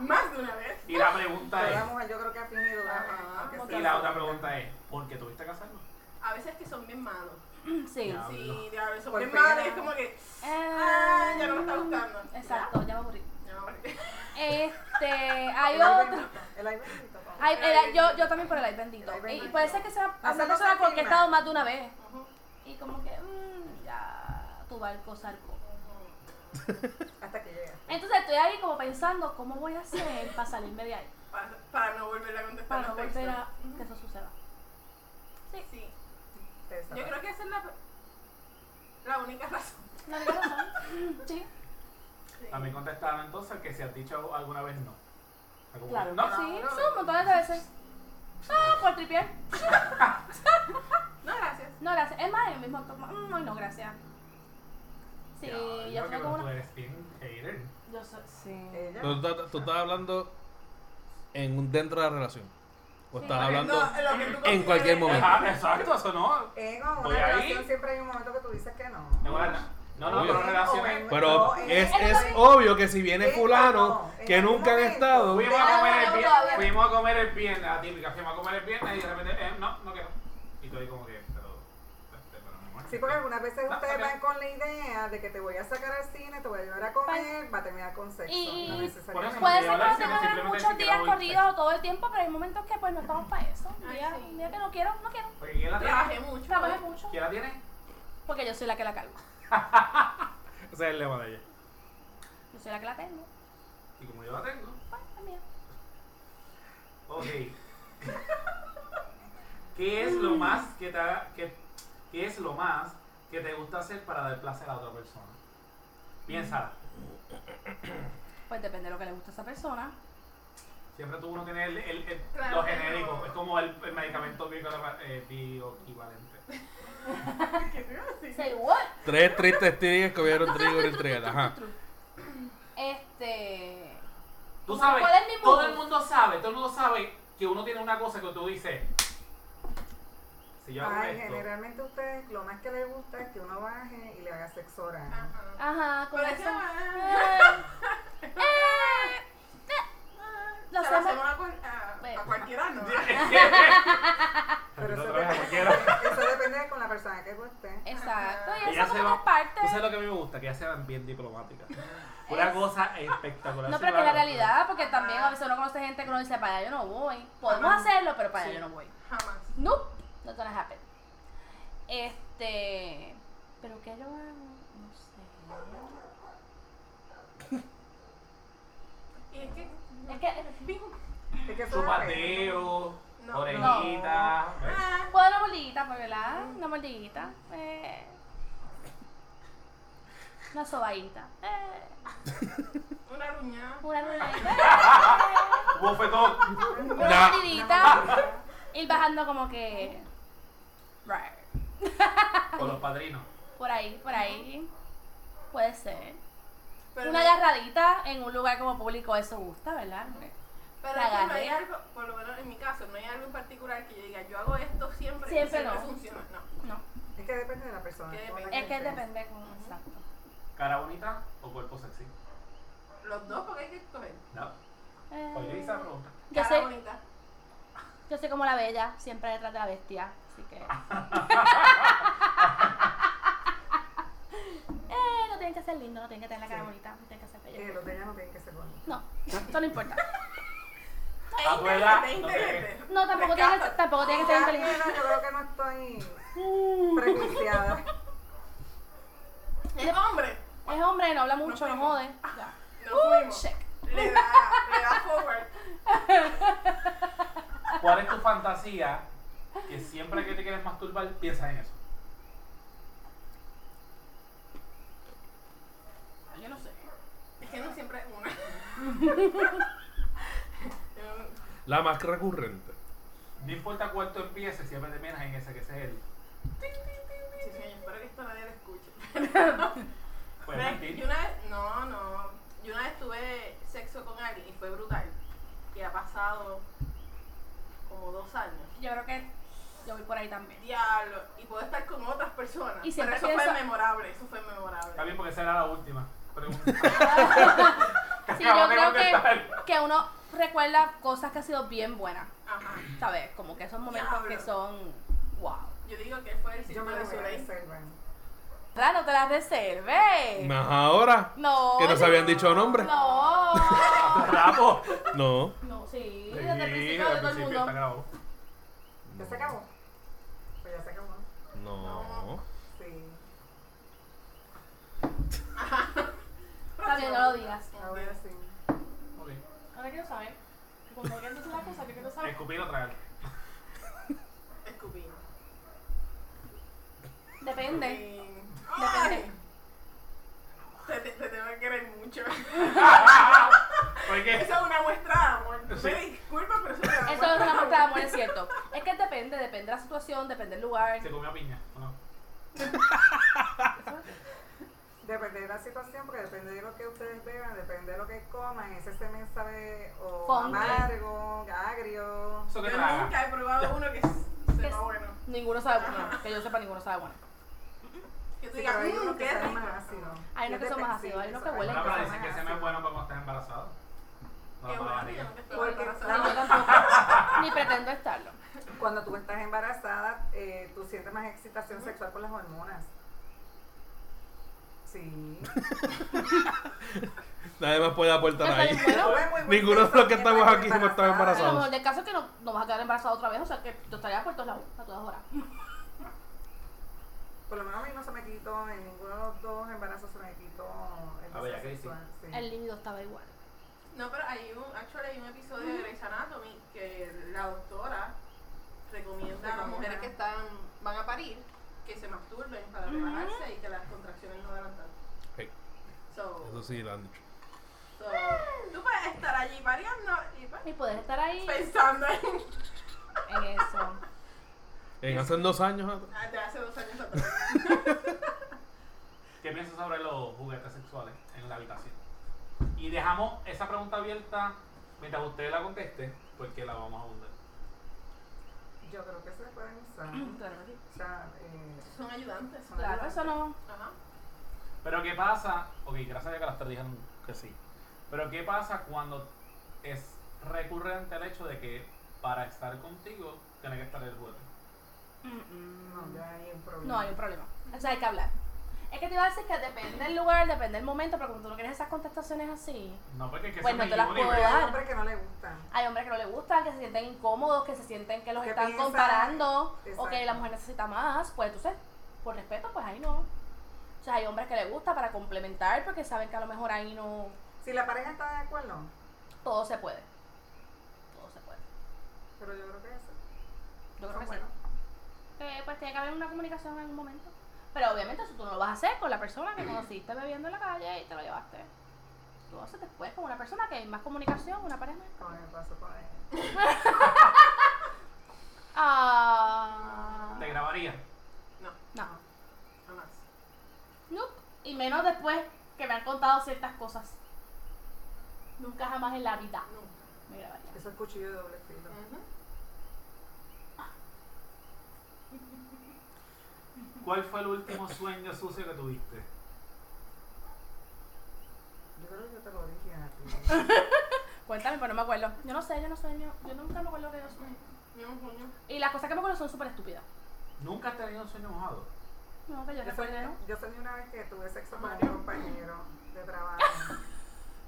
Más de una vez.
Y la pregunta
Toda
es,
mujer yo creo que ha fingido.
Ajá.
aunque
Y
y
sea
la
solo.
otra pregunta es, ¿por qué tuviste que hacerlo?
A veces que son bien malos.
Sí. Em,
Ya. Diablo.
Sí, diablo, son
Por
Pues
bien
pena.
malos. Es como que. Ah, ya no me está gustando.
Exacto, ya me aburrí.
Ya, hombre.
Este,
El
hay
ay
otro.
bendito, el ay bendito, vamos.
Ay, el- yo, yo también por el ay bendito.
El ay
Y- Y
bendito.
puede ser que sea a una
Hacerlo
persona con que he
sentir
estado
mal.
más de una vez.
Ujú.
Y como que, mmm, ya, tu barco salvo.
Hasta que llega.
Entonces estoy ahí como pensando, ¿cómo voy a hacer para salirme de ahí?
Para, para no volverle a contestar
Para no
los textos.
volver a que eso suceda.
Sí, sí.
Te desata.
Yo creo que esa es la, la única razón.
No, no, no, no. Sí.
Sí.
También contestaron entonces que si has dicho alguna vez no. O sea, como
Claro,
que,
que
no,
no,
sí, sí,
no.
un montón de veces. Ah, por tripear.
No, gracias.
No, gracias. Es más, el mismo como, mm, ay, no, gracias. Sí,
Ya,
yo
yo
fue
creo
como
que tú
una.
eres bien hater.
Yo soy. Sí.
Ella.
Tú estás- tú estás hablando en un- dentro de la relación. O
Sí.
estás
Ok,
hablando.
No, eh, lo que tú
en
consideres-
cualquier momento.
Ajá, exacto, eso no.
En una
Voy ahí.
relación siempre hay un momento que tú dices que no.
No, no, no,
Obvio.
pero relaciones...
Obvio.
Pero
No,
es,
en-
es
en-
obvio que si viene
en-
fulano
no, en
que
algún
nunca han
momento.
estado.
Fuimos a
No,
comer
no,
el
no,
viernes,
todavía.
fuimos a comer el viernes, la típica, fuimos a comer el viernes y de repente, eh, no, no quiero. Y tú ahí como que, pero, este, pero no
Sí, porque algunas veces
Ah,
ustedes
ok.
van con la idea de que te voy a sacar al cine, te voy a llevar a comer, va a terminar con sexo.
Y-
no
y-
necesariamente.
Puede
Yo
ser que
ahora
no se
sí me
me hagan
simplemente
muchos
sí que
días
voy.
corridos o todo el tiempo, pero hay momentos que pues no estamos para eso. Un
Ay,
día,
sí.
un día que no quiero, no quiero.
Porque ¿quién la tiene?
Trabajé mucho.
Trabajé mucho.
¿Quién la tiene?
Porque yo soy la que la calma.
Ese es el lema de ella.
Yo soy la que la tengo.
Y como yo la tengo,
Pues también.
ok. ¿Qué es lo más que te haga- que- qué es lo más que te gusta hacer para dar placer a otra persona? Piénsala.
Pues depende de lo que le gusta a esa persona.
Siempre tú uno tiene el, el- el-
Claro,
lo
pero-
genérico, es como el, el medicamento bioequiva- eh, bioequivalente.
¿Qué te iba a decir?
Say what?
Tres tristes tigres comieron trigo en el trigal. Ajá.
Este.
Tú
Como
sabes,
¿Cuál es mi
todo
mood?
el mundo sabe, todo el mundo sabe que uno tiene una cosa que tú dices. Si yo hago
Ay,
esto.
generalmente a ustedes lo más que les gusta es que uno baje y le haga sexo oral.
Ajá.
Ajá, con
Pero es que-
eso.
ah,
Eh, eh,
Se lo
hacemos-
hacemos a, cual- a-
Bueno.
a cualquiera, ¿no?
Pero
Otra
eso,
vez a
depende,
cualquiera.
eso depende de con la persona que guste.
Exacto, y
Ella
eso
se
como
va-
que es parte.
Tú sabes lo que a mí me gusta, que ya se van bien diplomáticas. Una cosa espectacular.
No,
sí,
pero es que
claro.
la realidad, porque también a veces uno conoce gente que uno dice, para allá yo no voy. Podemos
Ajá.
hacerlo, pero para allá
Sí.
yo no voy.
Jamás.
Nope, not gonna happen. Este. ¿Pero qué yo hago? No
Y es que.
sé. Es que.
Es que eso
Tu
depende.
pateo,
No.
orejita. ¿ves?
Ah,
Puedo una mordidita, pues, ¿verdad? Una mordidita. Eh. Una sobadita. Eh.
una ruñada.
Una ruedita.
Bofetón.
Una
Ya.
mordidita. Ir bajando como que.
Con los padrinos.
Por ahí, por ahí. Puede ser.
Pero
una
no-
agarradita en un lugar como público, eso gusta, ¿verdad?
Pero
La
es que no
agarré.
hay algo, por lo menos en mi caso, no hay algo en particular que yo diga, yo hago esto siempre, y
Siempre
siempre
no.
funciona. No.
No.
Es que depende de la persona.
Que
con la
depende.
Es que
esté.
depende con exacto.
Cara bonita o cuerpo sexy.
Los dos, porque hay que escoger.
No.
Eh,
Oye, esa pregunta.
yo
Cara
soy,
bonita.
yo soy como la bella, siempre detrás de la bestia. Así que. eh, no tienen que ser lindo, no tienen que tener la cara
Sí.
bonita, no tienen que ser
Que
bello.
los de ella no tienen que ser bonitos.
No, eso no importa.
Abuela,
Inteligente,
no
inteligente.
No, tampoco tiene que, tampoco tiene que ser
Ya,
inteligente.
mira,
Uh.
Yo creo que no estoy prejuiciada.
Es hombre.
Es hombre, no habla mucho, no
fuimos.
jode.
No
Uh,
fuimos.
check.
Le da, le da forward.
¿Cuál es tu fantasía que siempre que te quieres masturbar piensas en eso?
Yo no sé. Es que no siempre es una. Yo-
La más recurrente.
No importa cuál tú empieces, siempre te piensas en ese que ese es el.
sí, sí, espero que esto nadie lo escuche.
Pues
Pero
mentir.
yo una vez, no, no. Yo una vez tuve sexo con alguien y fue brutal. Y ha pasado como dos años.
Yo creo que yo voy por ahí también.
Diablo, y puedo estar con otras personas.
Y
pero
siempre
eso
pienso-
fue memorable, eso fue memorable.
Está bien porque esa era la última pregunta.
Sí, yo
Acabo de
creo que,
contestar.
que uno recuerda cosas que han sido bien buenas,
Ajá.
¿sabes? Como que esos momentos
Diablo.
que son wow.
Yo digo que fue el
Yo
sitio
me
de
lo voy a
Zuley.
reservar.
¿Verdad? No te las reserves.
Más ahora.
Eh. No.
Que no se habían dicho nombres.
No.
Rapo.
No.
No, sí,
Sí,
desde el principio de todo
pues
al
el
principio está
mundo.
grabado.
¿Ya se acabó? Pues ya se acabó.
No.
Sí.
Está bien, no lo digas.
Ahora sí.
Ok.
Ahora quiero saber. Cuando quiero hacer la cosa, yo quiero
Escupir o tragar.
Escupí.
Depende.
Ay.
Depende.
Te, te, te tengo que querer mucho.
¿Por qué?
Esa es una muestra de amor.
Sí.
Me disculpa, pero eso es una
Eso es
muestra
una
de
muestra de
amor.
amor, es cierto. Es que depende, depende de la situación, depende del lugar.
Se comió piña. ¿o no?
Depende de la situación, porque depende de lo que ustedes beban, depende de lo que coman. Ese semen sabe o
Funky.
amargo, agrio.
Eso que
Yo
traga.
nunca he probado uno que se-
Que
sepa
es-
bueno.
Ninguno sabe bueno. Que yo sepa, ninguno sabe bueno.
Que tú
Sí, pero
digas,
hay unos
mmm,
que
qué
saben
rico.
más ácido.
Hay unos que son más
Sí,
ácidos, hay unos que
eso-
huelen
Bueno, pero
que
dicen que
más
se me
ácido.
es bueno para cuando estás embarazado. No,
Qué
para
bueno,
barriga.
yo nunca estoy
Porque
No, yo
embarazada.
tampoco. Ni pretendo estarlo.
Cuando tú estás embarazada, eh, tú sientes más excitación sexual por las hormonas. Sí.
Nadie más puede aportar
Pero
ahí.
es bueno.
Fue muy buen
Ninguno de
sexo
los que
mientras
estamos aquí hemos estado
Y lo
embarazados.
mejor del caso es que no, no vas a quedar embarazada otra vez, o sea que tú estarías por todos lados, a todas horas.
Por lo menos a mí no se me quitó, en ninguno de los dos embarazos se me quitó el
Ah, vaya,
deseo
que sí.
sexual, sí.
El líbido estaba igual.
No, pero hay un, actually, hay un episodio de Grey's Anatomy que la doctora recomienda a las mujeres que están, van a parir que se masturben para rebajarse y que las contracciones no duran tanto.
Hey,
So,
Eso sí, lo han dicho.
so So, tú puedes estar allí variando y pues,
Y puedes estar ahí
pensando en
en eso.
En hace dos años atrás.
Ah, de hace dos años atrás.
¿Qué piensas sobre los juguetes sexuales en la habitación? Y dejamos esa pregunta abierta mientras usted la conteste, porque la vamos a abundar.
Yo creo que se pueden usar.
Claro que sí.
O sea, eh,
Son ayudantes. Son
Claro, eso no.
Ajá.
Pero ¿qué pasa? Ok, gracias a Dios que las tres dijeron que sí. Pero ¿qué pasa cuando es recurrente el hecho de que para estar contigo tiene que estar el juguete?
Mm,
no, ya hay un problema.
No hay un problema. O sea, hay que hablar. Es que te iba a decir que depende del lugar, depende del momento, pero como tú no quieres esas contestaciones así,
No, porque es que
Pues
eso
no
es
te las
Miss
puedo
Universe.
Hay
dar.
hombres que no le gustan.
hay hombres que no les gusta, que se sienten incómodos, que se sienten que los
Que
están
piensan-
comparando o que
Exacto.
la mujer necesita más, pues tú sabes, por respeto, pues ahí no. O sea, hay hombres que les gusta para complementar porque saben que a lo mejor ahí no
Si la pareja está de acuerdo,
todo se puede. Todo se puede.
pero yo creo que eso.
Yo creo
eso
que
es
sí.
bueno.
Eh, pues tiene que haber una comunicación en algún momento. Pero obviamente eso tú no lo vas a hacer con la persona que conociste bebiendo en la calle y te lo llevaste. Tú lo haces después con una persona que hay más comunicación, una pareja.
Con el paso con él.
Ah.
Te grabaría.
No,
No.
jamás.
Nope. Y menos después que me han contado ciertas cosas. Nunca jamás en la vida
Nunca.
me grabaría.
Eso es cuchillo de doble filo.
Eh.
Ujú.
¿Cuál fue el último sueño sucio que tuviste?
Yo creo que yo te lo dije a ti.
Cuéntame, pero no me acuerdo. Yo no sé, yo no sueño. Yo nunca me acuerdo que yo sueño.
Ni un puño.
Y las cosas que me acuerdo son súper estúpidas.
¿Nunca has tenido un sueño mojado?
No, que yo
Yo
recuerde,
soñé,
¿no?
yo soñé una vez que tuve sexo con un compañero de trabajo,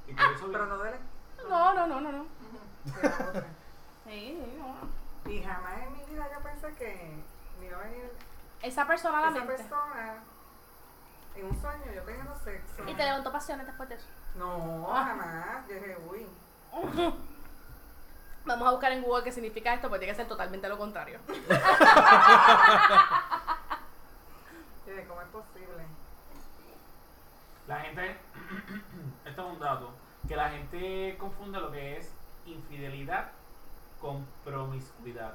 ¿Y que eso
pero no de la
No, no, no, no, no.
Ujú.
de la otra.
Sí, sí, no.
Y jamás en mi vida yo pensé que me iba a venir
Esa persona a la
esa
mente.
persona en un sueño, yo teniendo sexo.
Y te Ah. levantó pasiones después de eso.
No, jamás. Yo dije, uy.
Vamos a buscar en Google qué significa esto, porque tiene que ser totalmente lo contrario.
Yo dije, ¿cómo es posible?
La gente, esto es un dato, que la gente confunde lo que es infidelidad con promiscuidad.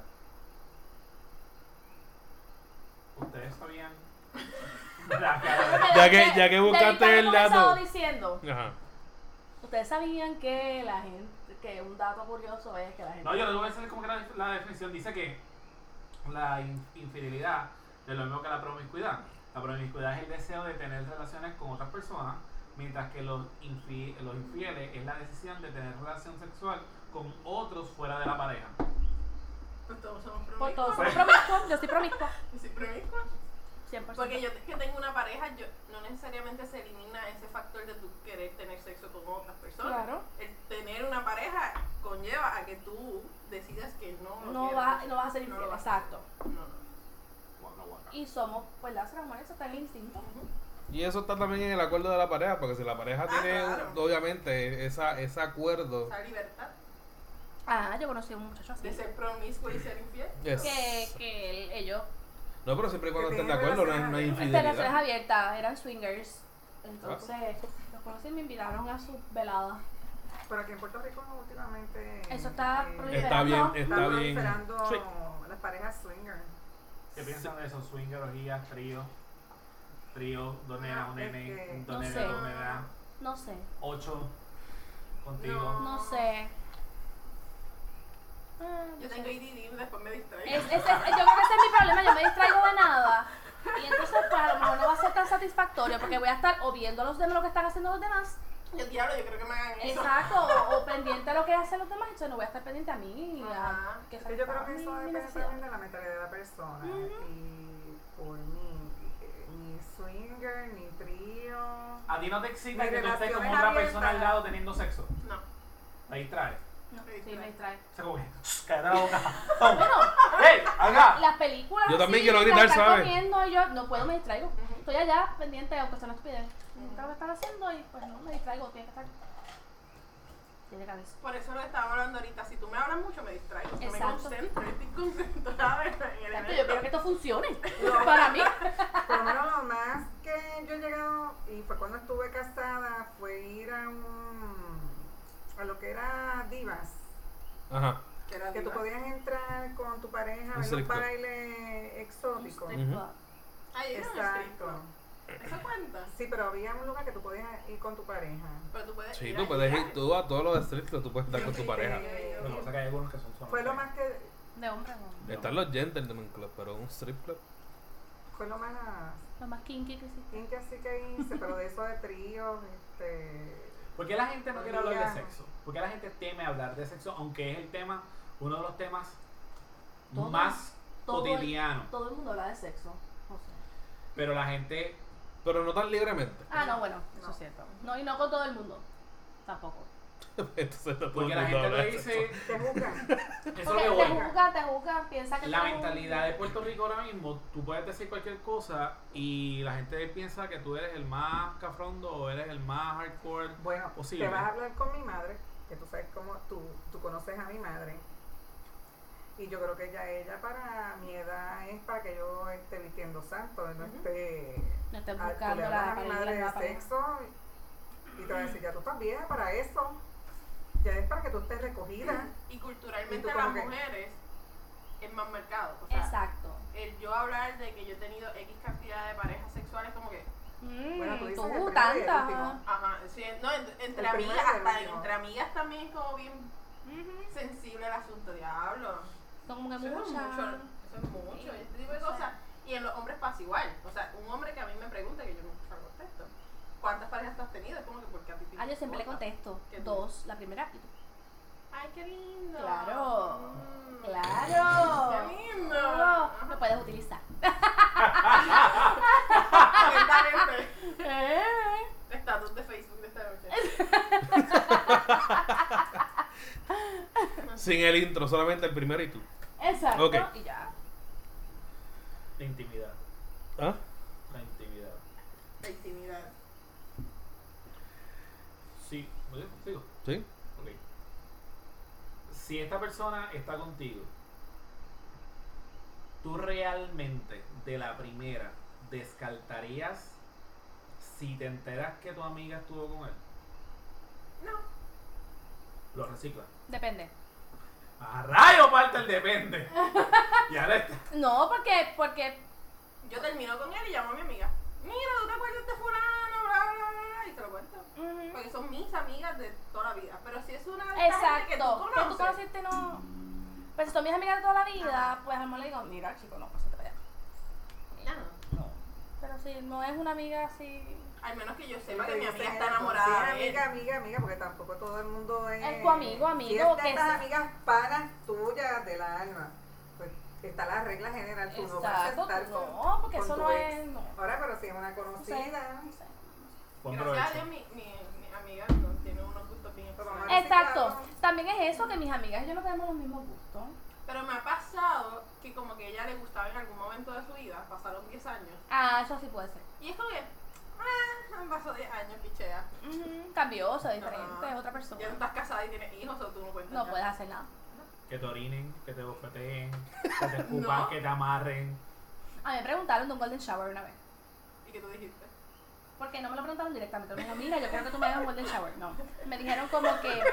¿Ustedes sabían? La cara
Ya que- ya que
David
buscaste
había
el
comenzado
dato.
diciendo,
Ajá.
ustedes sabían que la gente, que un dato curioso es que la
de-
gente...
No, yo les voy a decir como que la, la definición dice que la in- infidelidad es lo mismo que la promiscuidad. La promiscuidad es el deseo de tener relaciones con otras personas, mientras que los, infi- los infieles es la decisión de tener relación sexual con otros fuera de la pareja.
Pues todos somos
Por
promiscuos.
todos somos promiscuos, yo soy promiscua,
Yo soy promiscua.
100%.
Porque yo te- que tengo una pareja, yo no necesariamente se elimina ese factor de tu querer tener sexo con otras personas.
Claro.
El tener una pareja conlleva a que tú decidas que no lo
No,
quieres.
va, no vas a ser
No
infiel,
lo vas a
exacto.
hacer. No, no.
Guaca, guaca.
Y somos, pues las humanas, eso está en el instinto.
Y eso está también en el acuerdo de la pareja, porque si la pareja
Ah,
tiene,
claro.
obviamente, esa, ese acuerdo.
Esa libertad
Ah, yo conocí a un muchacho así.
de ser promiscuo y ser infiel.
Yes.
Que, que él- ellos,
No, pero siempre y cuando
Que
estén de
tiene
acuerdo, no es,
relaciones
no es
abiertas.
estas relaciones
infidelidad.
abiertas, eran swingers.
Ah.
Entonces, los conocí y me invitaron a sus veladas.
Pero aquí en Puerto Rico últimamente...
Eso está prohibido.
Está bien,
abiertas,
Están
está bien.
proliferando
Sí.
las parejas swinger.
¿Qué piensan de eso? Swingers, orgías, tríos, tríos, dos nenas, un
Ah, es
nene,
que-
un
No
dos nenas,
sé.
dos nenas,
No sé,
ocho contigo.
No.
no sé. Ah, no
Yo
sé.
tengo IDD, después me distraigo.
Es- es- es- yo creo que ese es mi problema, yo me distraigo de nada. Y entonces, pues a lo mejor no va a ser tan satisfactorio porque voy a estar o viendo a los demás lo que están haciendo los demás.
El diablo, yo creo que me hagan eso.
Exacto, o, o pendiente a lo que hacen los demás, entonces no voy a estar pendiente a mí. y a,
Ajá.
que
Es que yo creo
satisfaga
que
mi-
eso
mi
depende
necesidad.
también de la mentalidad de la persona. Y por mí, eh, ni swinger, ni trío.
Ah.
A ti no te excita
Mi
que tú estés con
relación es
otra persona
abierta.
al lado teniendo sexo.
No.
Te distrae.
No,
Me
sí, me distrae.
O sea, como que, cállate la boca. ¡Pum! ¡Ey, habla!
Las películas.
Yo también
sí,
quiero
mientras
gritar,
están
¿sabes?
comiendo y yo no puedo, me distraigo.
Ujú.
Estoy allá pendiente, aunque sea una estupidez. Nunca lo que están haciendo y pues no, me distraigo, tiene que estar. Tiene que haber eso.
Por eso lo estaba hablando ahorita. Si tú me hablas mucho, me distraigo. No me
Exacto.
concentro. Estoy concentrada en el
Exacto,
evento.
yo quiero que esto funcione. Para mí.
Por lo menos lo más que yo he llegado, y fue cuando estuve casada, fue ir a un puedes entrar con tu pareja a ver un
Exacto.
baile exótico.
Un strip club.
Ahí es un strip
Exacto.
club. ¿Eso cuenta?
Sí, pero había un lugar que tú podías ir con tu pareja.
Pero tú puedes
Sí,
ir
tú
ahí,
puedes
¿sabes?
ir tú a todos los distritos, tú puedes estar con tu pareja.
Eh,
Lo que pasa es que hay algunos que son solo.
fue lo más que
De hombre a hombre.
Están los gentlemen club, pero un strip club.
fue lo más
Lo más kinky que existe.
kinky así que hice, pero de eso de tríos, este
¿Por qué la gente no quiere hablar
Podría-
de sexo? ¿Por qué la gente teme hablar de sexo? Aunque es el tema, uno de los temas
Todo-
más
todo el-
cotidianos.
Todo el mundo habla de sexo. José.
Pero la gente
Pero no tan libremente.
Ah, no, bueno, eso
No.
es cierto. No, y no con todo el mundo. Tampoco.
Entonces no todo el
Porque la
mundo
gente
habla
te
de
dice,
sexo.
te juzgan.
eso es lo
Porque
que
te
voy.
juzgan, te juzgan, piensa que
La
tú eres un-
mentalidad de Puerto Rico ahora mismo, tú puedes decir cualquier cosa y la gente piensa que tú eres el más cafrondo o eres el más hardcore.
Bueno,
Posible.
te vas a hablar con mi madre, que tú sabes cómo tú, tú conoces a mi madre. Y yo creo que ya ella para mi edad es para que yo esté vistiendo santo, no esté
No estés
Ah, tú le
buscando
hablas
la
a mi
pareja,
madre
la
de
pareja.
sexo y, y te va a decir, ya tú estás vieja para eso. Ya es para que tú estés recogida.
Y
¿Y tú
culturalmente
cómo
las
que?
mujeres es más mercado. O sea,
Exacto.
el yo hablar de que yo he tenido X cantidad de parejas sexuales, como que,
Bueno, tú
Mm,
dices
tú,
el primero y el
tantas.
último.
ajá, sí, no, en- entre
El
amigas,
primero y el
hasta
último.
entre amigas también es como bien
Ujú.
sensible el asunto, diablo.
Son como que
Eso es mucho,
muchas.
eso es mucho, este tipo de
O sea.
cosas. Y en los hombres pasa igual. O sea, un hombre que a mí me pregunta, que yo nunca contesto, ¿cuántas parejas tú has tenido? Es como que porque a ti te
Ah, yo siempre le
importa.
contesto.
¿Qué tú?
Dos, la primera. y tú.
Ay, qué lindo.
Claro,
Mm.
Claro.
Qué lindo.
No, Lo puedes utilizar.
Lentamente.
Eh.
Estatus de Facebook de esta noche.
Sin el intro, solamente el primero y tú.
Exacto.
Ok.
Y ya.
La intimidad.
¿Ah?
La intimidad.
La intimidad.
Sí, ¿Oye? sigo.
¿Sí?
Ok. Si esta persona está contigo, ¿tú realmente de la primera descartarías si te enteras que tu amiga estuvo con él?
No.
Lo reciclas.
Depende.
A rayo parte el depende. Y ahora está.
No, porque, porque
Yo termino con él y llamo a mi amiga. Mira, ¿tú te acuerdas de fulano? Bla, bla, bla, bla. Y te lo cuento.
ujú,
Porque son mis amigas de toda la vida. Pero si es una de estas gente
Exacto.
que tú conoces.
Que tú conociste no. Pero si son mis amigas de toda la vida, pues al menos le digo, mira chico, no, pásate para allá.
No.
Pero si no es una amiga así.
Al menos que yo sepa que
Te
mi
dicen,
amiga está
"Sí,
enamorada de él.
amiga, amiga, amiga, porque tampoco todo el mundo es.
Es tu amigo, amigo,
Si es de
que
estas
sea.
amigas panas tuyas del alma, pues está la regla general. Tú no vas a
Exacto,
estar
tú
con-
no, porque
con
eso
tu
no
ex.
es- no.
Ahora, pero si es una
No sé,
conocida.
no sé.
Buen
Gracias a
provecho.
Dios, mi, mi, mi amiga no tiene unos gustos bien extraños.
Pero sí,
Exacto.
claro.
También es eso que mis amigas y yo no tenemos los mismos gustos.
Pero me ha pasado que como que a ella le gustaba en algún momento de su vida, pasaron 10 años.
Ah, eso sí puede ser.
Y es como que, ah, han pasado 10 años, pichea.
Ujú, Cambiosa, diferente,
Ah,
es otra
Ya no
persona.
estás casada y tienes hijos o tú no cuentas.
No
ya.
puedes hacer nada.
Que te orinen, que te bofeteen, que te escupan,
No.
que te amarren.
A mí me preguntaron de un golden shower una vez.
¿Y qué tú dijiste?
Porque no me lo preguntaron directamente. Me dijo, mira, yo creo que tú me hagas un golden shower. No. Me dijeron como que,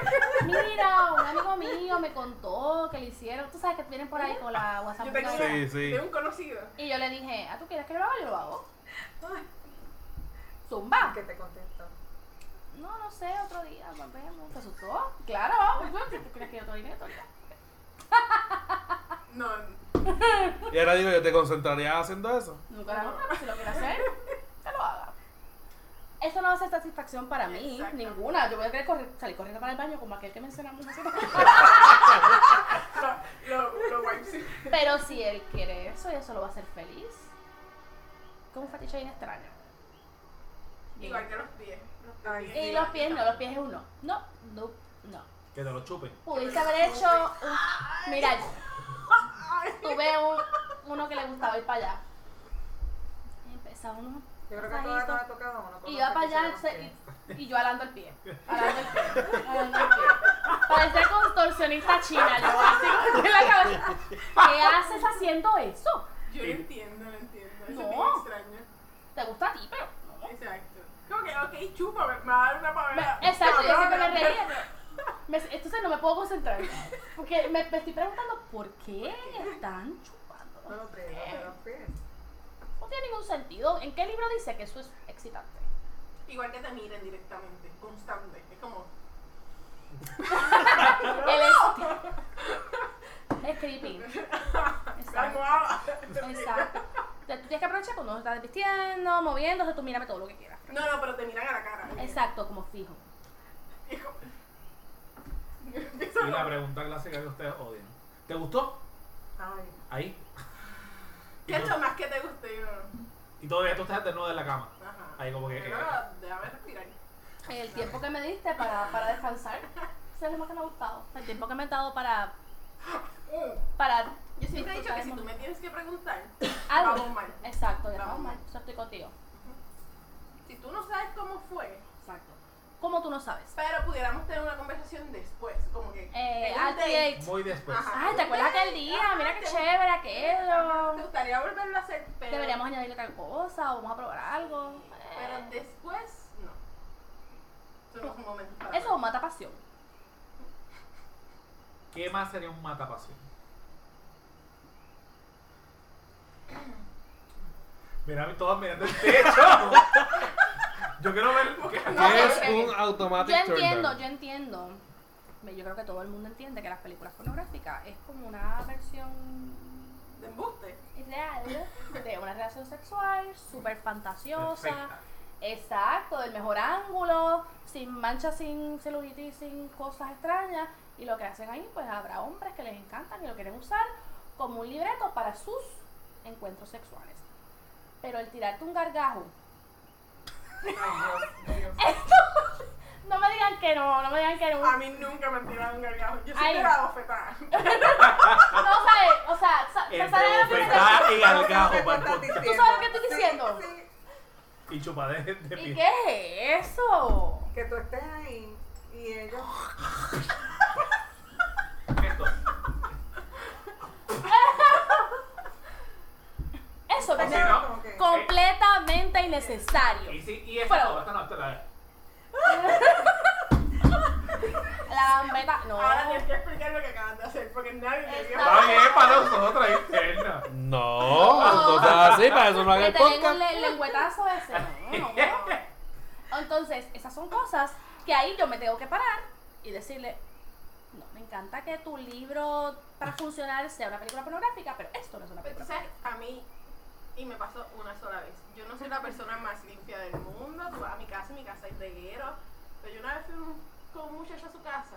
mira, un amigo mío me contó que le hicieron. Tú sabes que vienen por ahí con la WhatsApp.
Yo tengo
picadora.
Sí, sí.
De un conocido.
Y yo le dije, ah, ¿tú quieres que lo haga? Yo lo hago. Zumba.
Que te contestó.
No, no sé, otro día, nos vemos. ¿Te asustó? Claro, vamos. ¿Tú crees que yo te diré otro día?
No,
Y ahora digo, yo te concentrarías haciendo eso.
Nunca la nota, pero si lo quiere hacer, que lo haga. Eso no va a ser satisfacción para mí,
Exacto.
ninguna. Yo voy a querer correr- salir corriendo para el baño como aquel que mencionamos nosotros.
lo, lo, lo wipes.
Pero si él quiere eso y eso lo va a hacer feliz, con un fetiche bien extraño.
Igual que los pies.
Ay,
pies.
Y los pies no, los pies es uno. No, no, no.
Que te lo chupen.
Pudiste haber hecho. un- Mira, tuve un- uno que le gustaba ir para allá. Y empezaba uno.
Yo creo que a todas
masajito.
nos ha tocado uno. con
Y
un
iba para
fetiche
allá
de los
se-
pies.
y, y yo alando el pie. Alando el pie. Alando el pie. Parecía contorsionista china, yo así como que la cabeza. ¿Qué haces haciendo eso?
Yo no entiendo, no entiendo. Eso
No.
es bien extraño.
Te gusta a ti, pero. no.
Exacto. Como que, ok, chúpame, me va a dar una pavera.
Exacto, yo siempre me
Cabrona.
reía. Me- entonces no me puedo concentrar. Porque me, me estoy preguntando por qué están chupando.
Pero te- te los pies.
No tiene ningún sentido. ¿En qué libro dice que eso es excitante?
Igual que te miren directamente, constante. Es como, Ah,
El esti- es creepy. Exacto.
"Ah,
Exacto. O sea, Tú tienes que aprovechar cuando uno está desvistiendo, moviéndose, tú mírame todo lo que quieras.
no, no, pero te miran a la cara.
Exacto, como fijo.
Es como-
Y la pregunta clásica que ustedes odian. ¿Te gustó?
Ay,
Ahí.
¿Qué es lo más que te guste? Y yo,
Y todavía tú estás desnudo en la cama.
Ajá.
Ahí como que- eh.
Pero, déjame respirar.
Mm. El tiempo que me diste para, para descansar, eso es lo más que me ha gustado. El tiempo que me he dado para. para
Yo siempre he dicho
disfrutar
que
el
si tú
momento.
me tienes que preguntar,
Algo.
vamos mal.
Exacto, ya
Vamos
vamos mal.
mal.
Eso estoy contigo.
Si tú no sabes cómo fue,
Exacto. ¿Cómo tú no sabes?
pero pudiéramos tener una conversación después, como que...
Eh,
en un
al
date.
date.
Muy después.
Ajá.
Ay, ¿te acuerdas aquel día?
Ajá,
Mira qué
te-
chévere
¿Te
aquello.
gustaría volverlo a hacer? Pero,
eh, Deberíamos añadirle tal cosa o vamos a probar algo.
Pero
Eh,
después, no. Eso no es un momento para
Eh, Eso mata pasión.
¿Qué más sería un matapasión? Mira, todos mirando el techo. Yo quiero ver. ¿qué?
No,
es
ok, ok.
un automatic
Yo entiendo,
turn
yo entiendo. Me- Yo creo que todo el mundo entiende que las películas pornográficas es como una versión
De embuste.
real de una relación sexual súper fantasiosa.
Perfecta.
Exacto, del mejor ángulo, sin manchas, sin celulitis, sin cosas extrañas. Y lo que hacen ahí, pues habrá hombres que les encantan y lo quieren usar como un libreto para sus encuentros sexuales. Pero el tirarte un gargajo, no me digan que no, no me digan que no.
A mí nunca me han tirado un gargajo. Yo
Ay.
siempre la bofetada.
No sabes, o sea, sa- te
Entre
sale de la
bofetada Ah, y
No sé
gargajo
qué
para el
estás
podcast.
diciendo.
sabes lo que estoy diciendo?
Sí,
Y chupadez de
¿Y
pie.
qué es eso?
sí, que tú estés ahí y ellos.
Esto.
Eso
Pues
Así,
es
¿no?
como que-
completamente innecesario.
Y, sí, y esta
Pero-
no, esta no, esta la.
La gambeta, no.
Ahora tienes que explicar lo que acabas de hacer, porque nadie me vio.
Está
Está bien para nosotros, interna.
No,
No.
no sea así, para eso no haga
Le
el
tengo un
podcast.
le- lengüetazo ese. No, no. Entonces, esas son cosas que ahí yo me tengo que parar y decirle, no, me encanta que tu libro para funcionar sea una película pornográfica, pero esto no es una
Pero tú
película.
sabes, a mí, y me pasó una sola vez, yo no soy la persona más limpia del mundo, tú vas a mi casa, y mi casa es reguero, pero yo una vez fui un- con un muchacho a su casa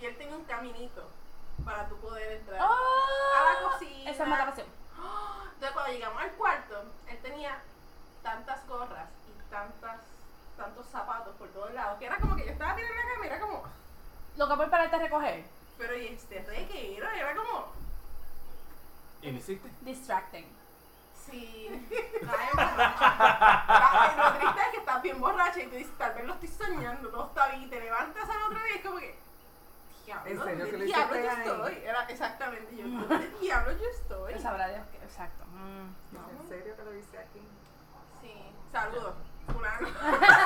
y él tenía un caminito para tú poder entrar.
¡Ah!
A la cocina.
Esa es mala pasión.
Entonces cuando llegamos al cuarto, él tenía tantas gorras y tantas tantos zapatos por todos lados, que era como que yo estaba mirando la cámara, era como,
Lo que voy a pararte a recoger.
pero y este reguero, y era como,
¿Y lo hiciste?
Distracting.
Sí, estás borracha. Lo triste es que estás bien borracha y tú dices, tal vez lo estoy soñando, todo está bien, y te levantas al otro día y es como que, diablo,
¿En serio que
¿dónde
le
diablo yo
hiciste ahí?
estoy? Era exactamente, yo, ¿dónde diablo yo estoy?
Sabrá Dios que. Exacto. Mm.
¿En serio que lo hice aquí?
Sí, saludos, fulano.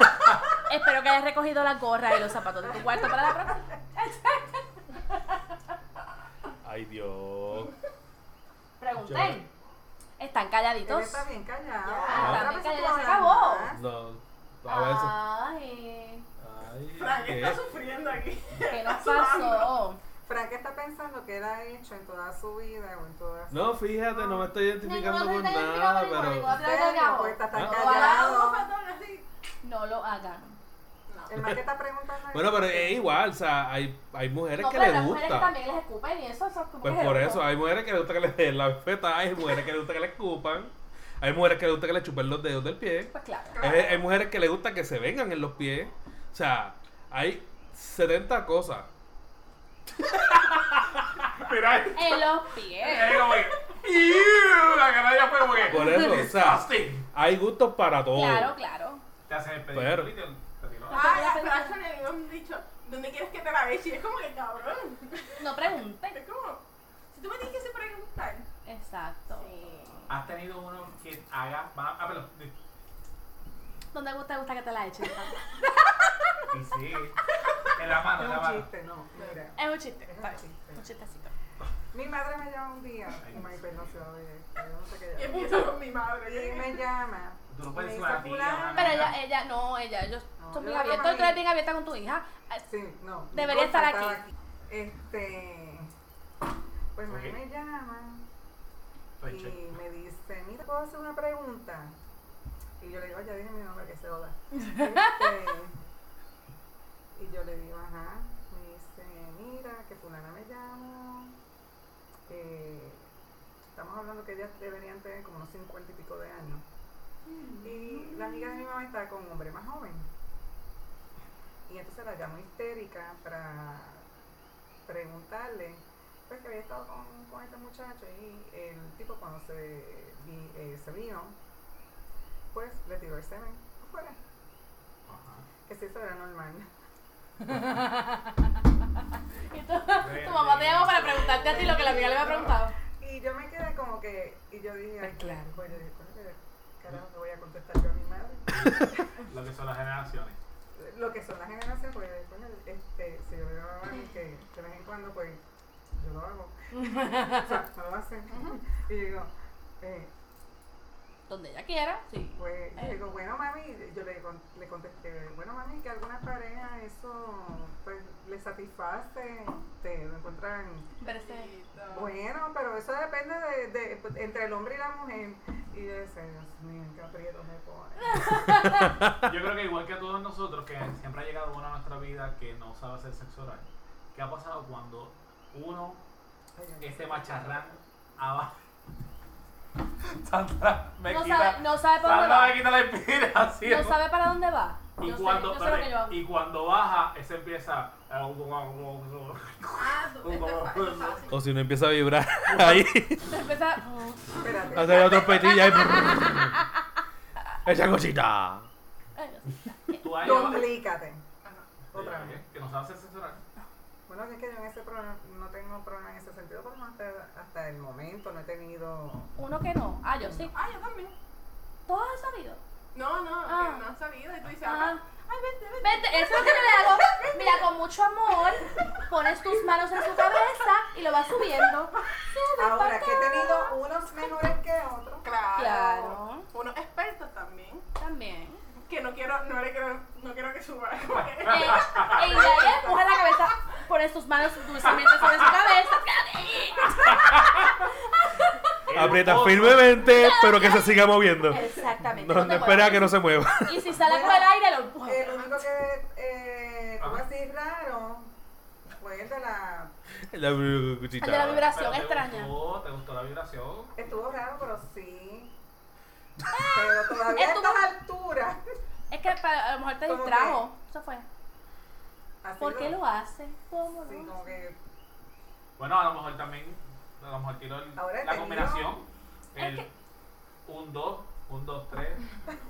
Espero que hayas recogido la gorra y los zapatos de tu cuarto para la próxima.
Ay, Dios.
Pregunten. Están
Él
calladitos.
está bien callado.
Ya,
Otra
está
vez se
bien callado,
pone
se acabó.
a hablar.
No, a
Ay,
veces.
Frank
Ay,
está sufriendo aquí.
¿qué nos
Sudando.
pasó?
Frank está pensando que él ha hecho en toda su vida o en toda su
No, fíjate, no me estoy identificando
Ninguno
con
se identifica
nada,
con ninguno,
pero.
ninguno.
En serio, pues, está tan
Ah.
Ojalá
callado.
uno fatón así.
No lo hagan.
El más que está preguntando. es-
Bueno, pero es igual, o sea, hay, hay mujeres
No,
que
pero
les
las mujeres que
gusta.
también les escupen y eso, eso es como
Pues
que
por
es
eso,
loco.
hay mujeres que les gusta que les den la bofetada, hay mujeres que les gusta que les escupan, hay mujeres que les gusta que les chupen los dedos del pie,
Pues claro.
hay, hay mujeres que les gusta que se vengan en los pies. O sea, hay 70 cosas.
Mira, ahí.
En los pies.
ahí como que. "Ew", La cara ya fue como que.
Por eso, o sea,
"Disgusting".
hay gustos para todo.
Claro, claro.
Te hacen el
Pero-
pedido. y te- te tiran.
Ay, a Frank le dio un dicho, ¿dónde quieres que te la veas? Y es como que, cabrón,
No pregunten.
es como, si tú me tienes que preguntar.
Exacto.
¿Has tenido uno que haga. va- Ah, perdón.
¿Dónde te gusta que te la echen?
Y sí. En la mano,
Es
en la
un
mano.
chiste, no. Mira,
Es un chiste.
es
está
un
bien, Un
chiste.
chistecito.
Mi madre me llama un día. Ay, perdón, se va a ver esto, yo no sé qué
Y
llama.
empiezo con mi madre.
Y me llama.
Tú no
y
puedes
me
decir
dice,
a ti,
"Fulana".
mamá.
Pero ella, ella, no, ella, yo
No,
soy
yo
muy
la
abierta.
llamo
Tú eres
ahí.
bien abierta con tu hija. Ah,
Sí, no. Nicole
Debería estar
faltaba
aquí.
Este. Pues mami
Ok.
me llama
Ay, che.
y me dice, mira, puedo hacer una pregunta. Y yo le digo, oye, dime mi nombre que se joda. Este, y yo le digo, ajá. Me dice, mira, que fulana me llama. Eh, estamos hablando que ellas deberían tener como unos cincuenta y pico de años. Y la amiga de mi mamá está con un hombre más joven. Y entonces la llamo histérica para preguntarle, pues que había estado con, con este muchacho y el tipo cuando se, vi- eh, se vino, pues le tiró el semen afuera. Que si eso era normal.
Y tú- tu mamá te llamó para preguntarte a ti lo que la amiga le había preguntado.
Y yo me quedé como que, y yo dije,
Pues claro.
pues yo dije, "Coño, ¿qué carajo le voy a contestar yo a mi madre?
Lo que son las generaciones.
lo que son las generaciones, pues, porque bueno, este, si yo le digo a Barbie que de vez en cuando, pues yo lo hago. o sea, no lo hacen. Y yo digo, eh,
Donde ella quiera, sí.
pues, yo
Eh.
digo, bueno, mami, yo le, con- le contesté, bueno, mami, que algunas parejas eso pues, les satisface, te lo encuentran.
Pero este, ese-
Bueno, pero eso depende de, de- pues, entre el hombre y la mujer. Y yo decía, Dios mío, qué aprieto me pone.
Yo creo que igual que a todos nosotros, que siempre ha llegado uno a nuestra vida que no sabe hacer sexo oral. ¿Qué ha pasado cuando uno, este macharrán, abajo... Sandra me
No
quita...
sabe, no sabe para
Sandra me
dónde
quita la
va.
inspiración.
No sabe para dónde va.
y,
Yo sé-
cuando,
yo sé lo que yo hago.
y cuando baja, ese empieza... eh,
Ah, tú- esto es fa- esto es fácil.
O si no empieza a vibrar ahí,
Se empieza- "Ah,
Espérate.
hacer la trompetilla y. Esa cosita.
Ay, Dios.
Tú ahí abajo-
Complícate. Otra vez.
Que no sabe hacer sexo oral.
Bueno, es que yo en ese problema, no tengo problema en ese sentido, porque hasta, hasta el momento no he tenido...
Uno que no. Ah, yo sí.
Ah, yo también.
Todo han sabido.
No, no,
Ah.
que no han sabido. Y tú dices,
Ah.
ay, vente, vete.
Vete, eso es lo que yo le hago. Mira, con mucho amor, pones tus manos en su cabeza y lo vas subiendo. Sube
Ahora,
para
que he
acá.
tenido unos mejores que otros.
Claro.
Claro.
Unos expertos también.
También.
Que no quiero, no le quiero, no quiero que suba.
Eh, eh, y de ahí empuja la cabeza, pones tus manos dulcemente sobre su cabeza.
Aprieta firmemente, pero que se siga moviendo.
Exacamente.
No,
te
no espera
muevas.
que no se mueva.
Y si sale con el aire, lo empuja.
El único que eh, tuve
Ajá.
así raro fue el de la...
La
El de la
cuchita.
vibración extraña.
¿Te gustó, ¿Te gustó la vibración?
Estuvo raro, pero sí. Pero todavía a
Estuvo-
estas alturas...
Es que pa- a lo mejor te
¿Cómo
distrajo. Eso fue.
ha sido-
¿Por qué lo hace? ¿Cómo
Sí,
lo
como
hace?
que...
Bueno, a lo mejor también, a lo mejor tiró el-
Ahora he
la
tenido-
combinación.
Es
El
que-
1, 2, 1, 2, 3,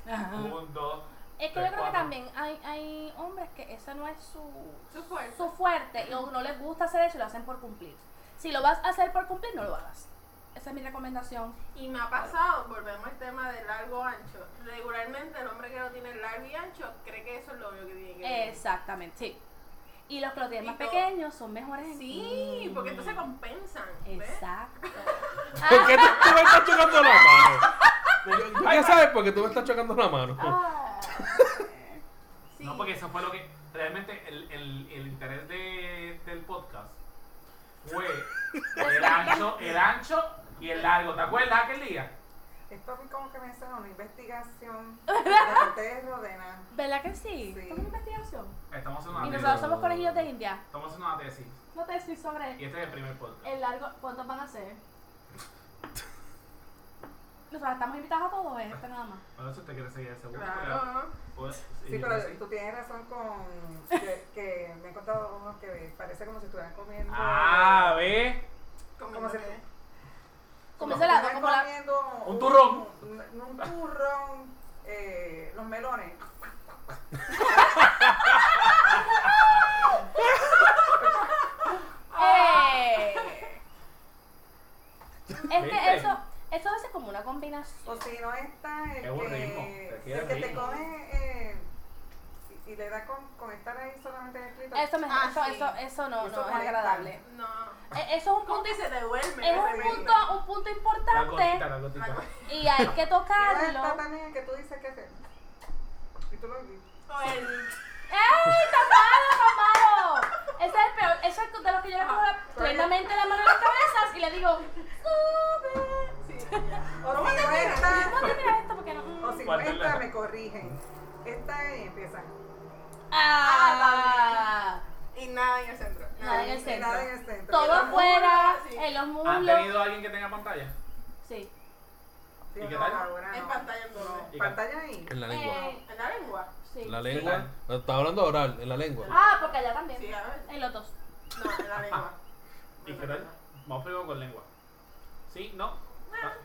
Ah.
1, 2.
Es que yo creo
Tres,
que
cuatro.
también hay, hay hombres que eso no es su,
Su fuerza.
su fuerte y o no les gusta hacer eso y lo hacen por cumplir. Si lo vas a hacer por cumplir, no lo hagas. Esa es mi recomendación.
Y me ha pasado, volvemos al tema del largo ancho. Regularmente el hombre que no tiene largo y ancho cree que eso es lo único que tiene que ver.
Exactamente, sí. Y los que lo tienen más
Y todo.
pequeños son mejores. en-
Sí, porque entonces compensan. ¿ves?
Exacto.
¿Por qué tú, tú me estás chocando la mano? Yo- yo- Ya sabes por qué tú me estás chocando la mano.
Ah,
Sí.
No, porque eso fue lo que. Realmente el, el, el interés de, del podcast fue el ancho, el ancho y el largo. ¿Te acuerdas aquel día?
Esto a mí como que me suena a una investigación de lo que ustedes rodean.
¿Verdad que sí?
Sí.
Esto es una investigación.
Estamos haciendo
Y
una
nosotros
tesis.
somos conejillos de India.
Estamos haciendo una tesis.
No te decís
Y
sobre
este es el primer podcast.
el largo. ¿Cuántos van a ser? Nosotros estamos invitados a todos, ¿eh? Este nada más.
Bueno, si usted quiere seguir el segundo.
Claro.
pues, y
Sí,
yo
pero
qué sé.
tú tienes razón con que, que me he contado unos que parece como si estuvieran comiendo.
Ah, ve.
como si
Comiéndote.
Como ese lado,
estuvieran
como la.
comiendo
Un turrón.
Un, un turrón, eh, los melones.
¡Eh! Es
¿Viste?
que eso, eso hace como una combinación.
O si no está el
Es un ritmo,
que,
te
el
queda
que te
ritmo.
come eh, y le da con, con estar ahí solamente en el clítoris.
Eso, me,
Ah,
eso,
sí.
eso, eso no,
Eso
no
es
es agradable.
No.
E- Eso es un
¿Cómo
punto,
que se devuelve?
es un punto, un punto importante
la gotita.
y hay que
Pero está
tocarlo.
también el que tú dices que hacer. Y tú lo dices.
¡Ey, tan malo, tan malo! Ese es el peor, eso es de los que yo le cojo la- tremendamente la mano en las cabezas y le digo, sube.
O si no está,
¿Cómo termina esto? Porque no.
o si no
Guarda la-
está, me corrigen. Está ahí empieza.
Ah,
Y nada en el centro.
Nada en el
Y nada en
centro.
el centro.
Todo
Y la
afuera,
sí.
en los
¿Han
muslos.
tenido alguien que tenga pantalla?
Sí.
Sí,
¿Y qué
no,
tal?
ahora no.
En pantalla en todo.
¿Y qué-
Pantalla ahí.
En la lengua.
Eh,
En la lengua.
sí.
En la lengua. No, Estaba hablando oral, en la lengua.
Ah, porque allá también.
Sí, a ver.
En los dos.
No, en la lengua.
¿Y qué tal? Vamos primero con lengua. ¿Sí? ¿No?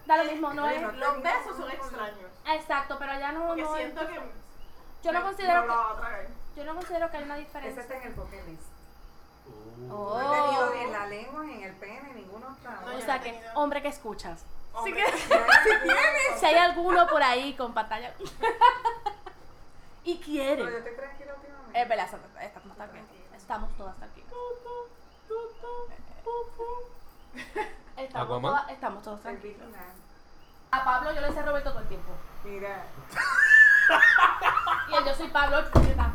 Da lo mismo, no
Sí,
es.
no.
Los besos son extraños.
Exacto, pero allá no,
Porque
no es.
siento que.
Yo no considero
lo
que,
voy a tragar.
yo no considero que hay una
Ese
diferencia.
está en el bucket list.
Uh,
Oh.
No he tenido ni en la lengua, ni en el pene, ninguno está.
No,
O
yo
sea
no he
que,
tenido.
hombre que escuchas.
Hombre,
Si hay alguno por ahí con pantalla. y
Pero yo
quiere.
estoy tranquila últimamente.
Es verdad, estamos tranquilas. Estamos todas tranquilas. Estamos
Aquaman.
todas, Eh, estamos todas
Soy
tranquilas.
virginal.
A Pablo yo le decía Roberto todo el tiempo.
Mira,
Y él, yo soy Pablo, puñeta.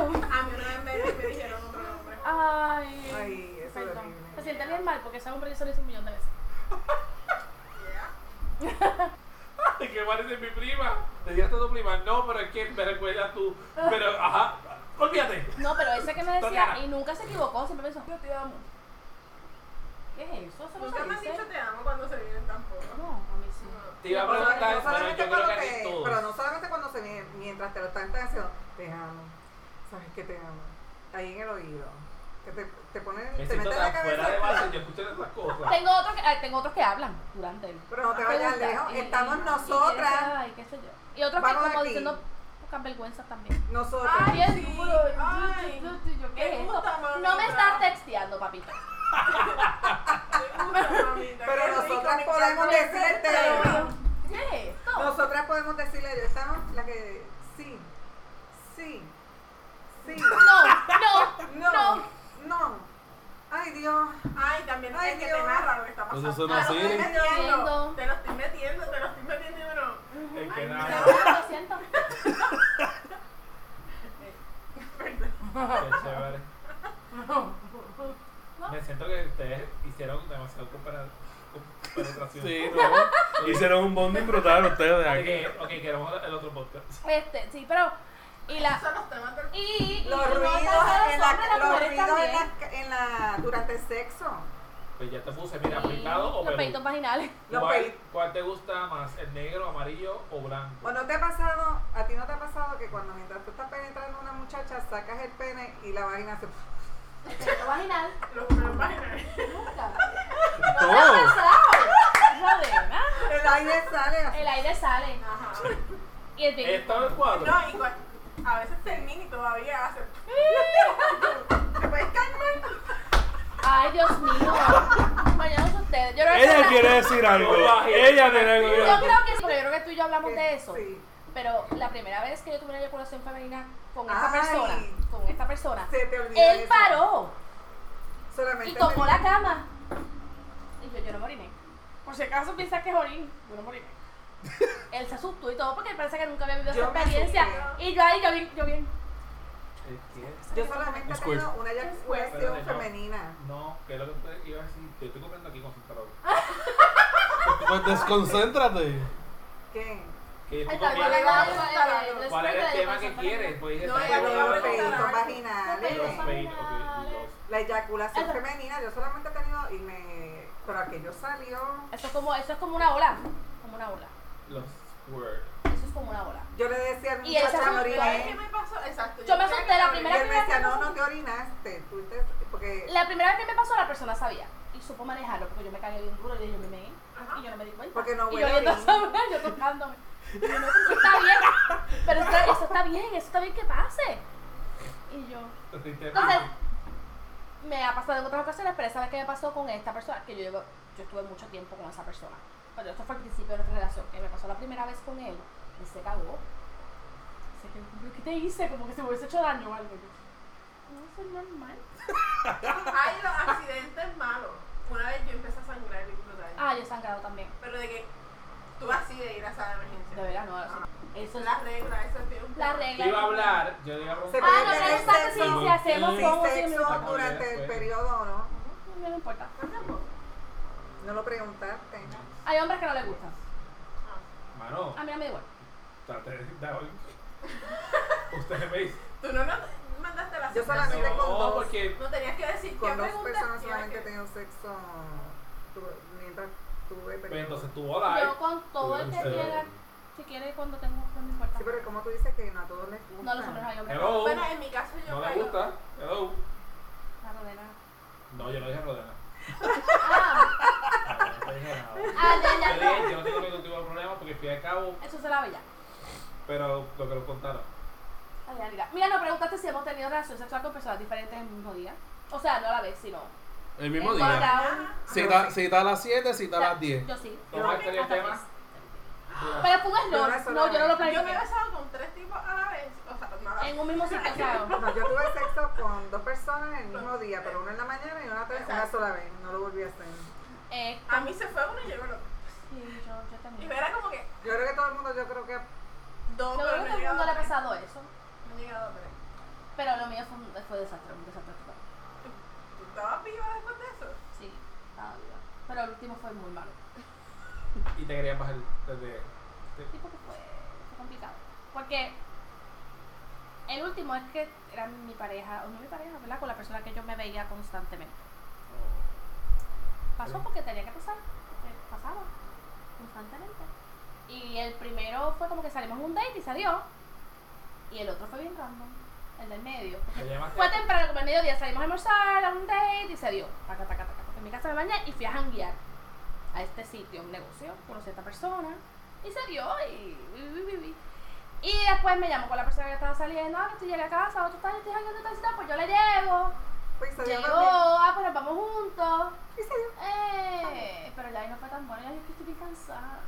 A mí una vez me, me dijeron otro nombre.
Ah, Ay.
Ay, eso es
Perdón.
horrible.
Se siente bien mal porque ese hombre yo se lo hice un millón de veces.
Ay, que parece mi prima. Le dijiste a tu prima, no, pero es que me recuerda tú. Pero, ajá, olvídate.
No, pero ese que me decía
Tócala.
y nunca se equivocó, siempre pensó, yo te amo. ¿Qué es eso? ¿Eso no
Nunca
se
me han
dice?
dicho te amo cuando se vienen tampoco.
No, a mí sí.
Te iba a
Pero
preguntar,
no
pero
solamente
yo creo
cuando
que aquí
te-
todos.
pero no solamente cuando se viene, mientras te lo están haciendo, te amo, sabes que te amo, ahí en el oído, que te, te ponen,
Me
te
siento
meten la
tan fuera de
cabeza,
base, yo escucho esas cosas.
Tengo, otro que, ah, tengo otros que hablan durante el.
pero no te vayas
Pregunta,
lejos,
y-
estamos
y-
nosotras,
Y, qué sé yo. Y otros que
Vamos
como
aquí.
diciendo pocas vergüenzas también.
nosotras,
Ay,
Bien
sí,
duro,
ay.
yo- yo- yo- ¿Qué
Me
es esto?
gusta, mami,
No me
pero-
estás texteando, papito.
pero nosotras podemos decirte,
¿Qué es esto?
nosotras podemos decirle, yo estamos las que, sí, sí, sí,
No, no,
no,
no.
no, ay Dios,
Ay, también
Ay,
el que te
Dios.
narra lo que está pasando.
Entonces son
Te lo
así.
estoy metiendo,
Entiendo.
Te lo estoy metiendo, te lo estoy metiendo y bueno.
Es que
Ya,
nada,
Lo siento.
qué chévere. Me siento que ustedes hicieron demasiado compara- com- penetración.
Sí, no. Hicieron un bonding brutal ustedes aquí.
Ok, ok, queremos el otro podcast.
Este, sí, pero. Y la.
Son los temas del.
Y, y
los
no
ruidos,
tan
en
solo los
la,
hombres, las
los
mujeres
ruidos en
también.
la, en la, durante el sexo,
Pues ya te puse, mira,
Y
peinado o
Los
pelú.
peitos vaginales.
los
¿Cuál,
pelitos.
¿Cuál te gusta más, el negro, amarillo o blanco?
¿O no te ha pasado, a ti no te ha pasado que cuando mientras tú estás penetrando a una muchacha sacas el pene y la vagina se...
El peito vaginal.
Los primeros páginas.
Nunca.
Todo.
Rodena.
El aire sale así.
El aire sale.
Ajá.
Y el pin-
¿Esta o el cuadro?
No, igual. A veces termina y todavía hace. ¿Te puedes calmar?
Ay, Dios mío. Mañana son ustedes. Yo creo que.
Ella quiere decir algo. Ella tiene algo que
Yo
decir.
creo que sí, porque yo creo que tú y yo hablamos de eso.
Sí.
Pero la primera vez que yo tuve una eyaculación femenina con esta
Ay.
persona, con esta persona,
Se te olvidó
él
eso.
paró
Solamente
y tocó
te-
la cama. Y yo, yo no me oriné. Por si acaso piensas que es orín, yo no me oriné. Él se asustó y todo porque él parece que nunca había vivido
Yo
esa
me
experiencia.
asusté.
Y yo ahí, yo bien, yo bien.
Es que-
Yo solamente
Un
tengo
squirt.
una
Espérate,
eyaculación
no.
femenina.
No, que es lo que te iba a decir. Yo estoy comprando aquí concentrado.
Pues desconcéntrate.
¿Qué?
Que yo
Ay,
estoy
tal
comprando-
cual,
la-
ay, ay, ay, ay,
¿Cuál es el
ay,
tema
ay,
que
ay,
quieres? Pues dije,
No,
tal
ya
cual,
voy a
Los
los
preguntar.
peitos.
peitos
Los
vaginales.
peitos.
Los peitos, ok, los-
La eyaculación
Eso.
femenina, yo solamente he tenido y me... Pero aquello salió...
Eso es como, eso es como una ola. Como una ola.
Los squirt.
Eso es como una ola.
Yo le decía al
Y él se
muchacho, me
asustó,
oriné.
¿Sabes qué me pasó? Exacto.
Yo me asusté, la
Y
primera
él me decía,
vez
no,
que
no te orinaste. Tú te... Porque...
La primera vez que me pasó, la persona sabía. Y supo manejarlo, porque yo me cagué bien duro y yo me meé. Y yo no me di cuenta.
Porque no
y yo
huele
oliendo
a orín.
sabor, yo tocándome. Y yo, no, eso está bien. Pero eso, eso está bien, eso está bien que pase. Y yo... Entonces, me ha pasado en otras ocasiones, pero esa vez que me pasó con esta persona, que yo llevo, yo estuve mucho tiempo con esa persona. Pero esto fue al principio de nuestra relación, que me pasó la primera vez con él, y se cagó. Se dice, ¿qué, qué te hice? Como que se me hubiese hecho daño o algo. Yo, No, soy normal.
Hay los accidentes malos. Una vez yo empecé a sangrar y brutal.
Ah, yo he sangrado también.
Pero de que tú así de ir a sala de
De
emergencia.
verdad, no. Eso, eso es
La regla, eso es bien.
la
Yo
regla.
iba a hablar, yo le iba a preguntar.
Ah, no,
Pero
no
ya
exacto, sí,
sexo,
si hacemos
sí,
como si
sexo
me-
durante
pues.
el periodo o no,
No me importa.
¿Tampoco?
no lo preguntaste.
Hay hombres que no les gustan.
Mano,
A mí no me da igual.
trate de dar hoy. Ustedes me dicen.
Tú no nos mandaste la
Yo
cita.
solamente con
No,
dos.
porque.
No tenías que decir qué
Con dos
preguntas
personas
tenías
solamente he
que-
tenido sexo tuve- mientras tuve
Pues
periodo.
entonces tuvo like.
Yo con todo el que
Ustedes.
quiera, si quiere cuando tengo, no me importa.
Sí, pero como tú dices que no a todos les gusta.
No, los hombres no hay hombres.
Hello.
Bueno, en mi caso yo
No le
caigo-
gusta. Hello.
La rodela.
No, yo no dije rodena.
Ah,
No, no dije nada.
ah, ya,
Yo
ya,
dije,
no.
yo no tengo ningún tipo de problema porque fui a cabo,
Eso se la veía.
pero lo que nos contaron.
Ay, realidad. Mira, nos preguntaste si hemos tenido relación sexual con personas diferentes en el mismo día. O sea, no a la vez, sino.
El mismo
en
día.
cuadrado.
Cita, cita a las 7, cita a las 10.
Yo sí.
¿Cómo es el
Hasta
tema?
tres. Pero fue un
Pero eso
error. No,
no
yo no lo
es.
Yo me he
planifiqué.
besado con tres tipos a la vez. O sea, nada.
En un mismo sitio, o sea.
No, yo tuve sexo con dos personas en el mismo día, pero una en la mañana y una, una sola vez. No lo volví a hacer.
Eh,
A mí se fue uno y yo me lo.
sí, yo, yo
Y
también.
era como que
Yo creo que todo el mundo, yo creo que
dos, pero
Yo creo
no he
que todo el
llegado
mundo
a
le ha
tres.
pasado eso.
No he llegado a tres.
Pero lo mío fue un, fue desastre, un desastre total.
¿Tú estabas viva después de eso?
Sí, estaba viva. Ah, Pero el último fue muy malo.
Y te querías bajar desde.
Sí, porque fue, fue complicado. Porque el último es que era mi pareja, o no mi pareja, ¿verdad? Con la persona que yo me veía constantemente. Pasó porque tenía que pasar, porque pasaba constantemente. Y el primero fue como que salimos un date y salió. Y el otro fue bien random, el del medio.
Te llamaste.
Fue temprano, como el mediodía, salimos a almorzar, a un date y se dio. Taca, taca, taca, taca. En mi casa me bañé y fui a janguear a este sitio, un negocio, conocí a esta persona y se dio y... vi, vi, vi, vi. Y después me llamó con la persona que estaba saliendo, ah, que tú llegué a casa, otro tal, estoy jangueando tal cita, pues yo le llego.
pues se dio
Llegó,
también.
ah, pues nos vamos juntos.
Y se dio.
Eh, pero ya ahí no fue tan bueno, ya es que estoy bien cansada.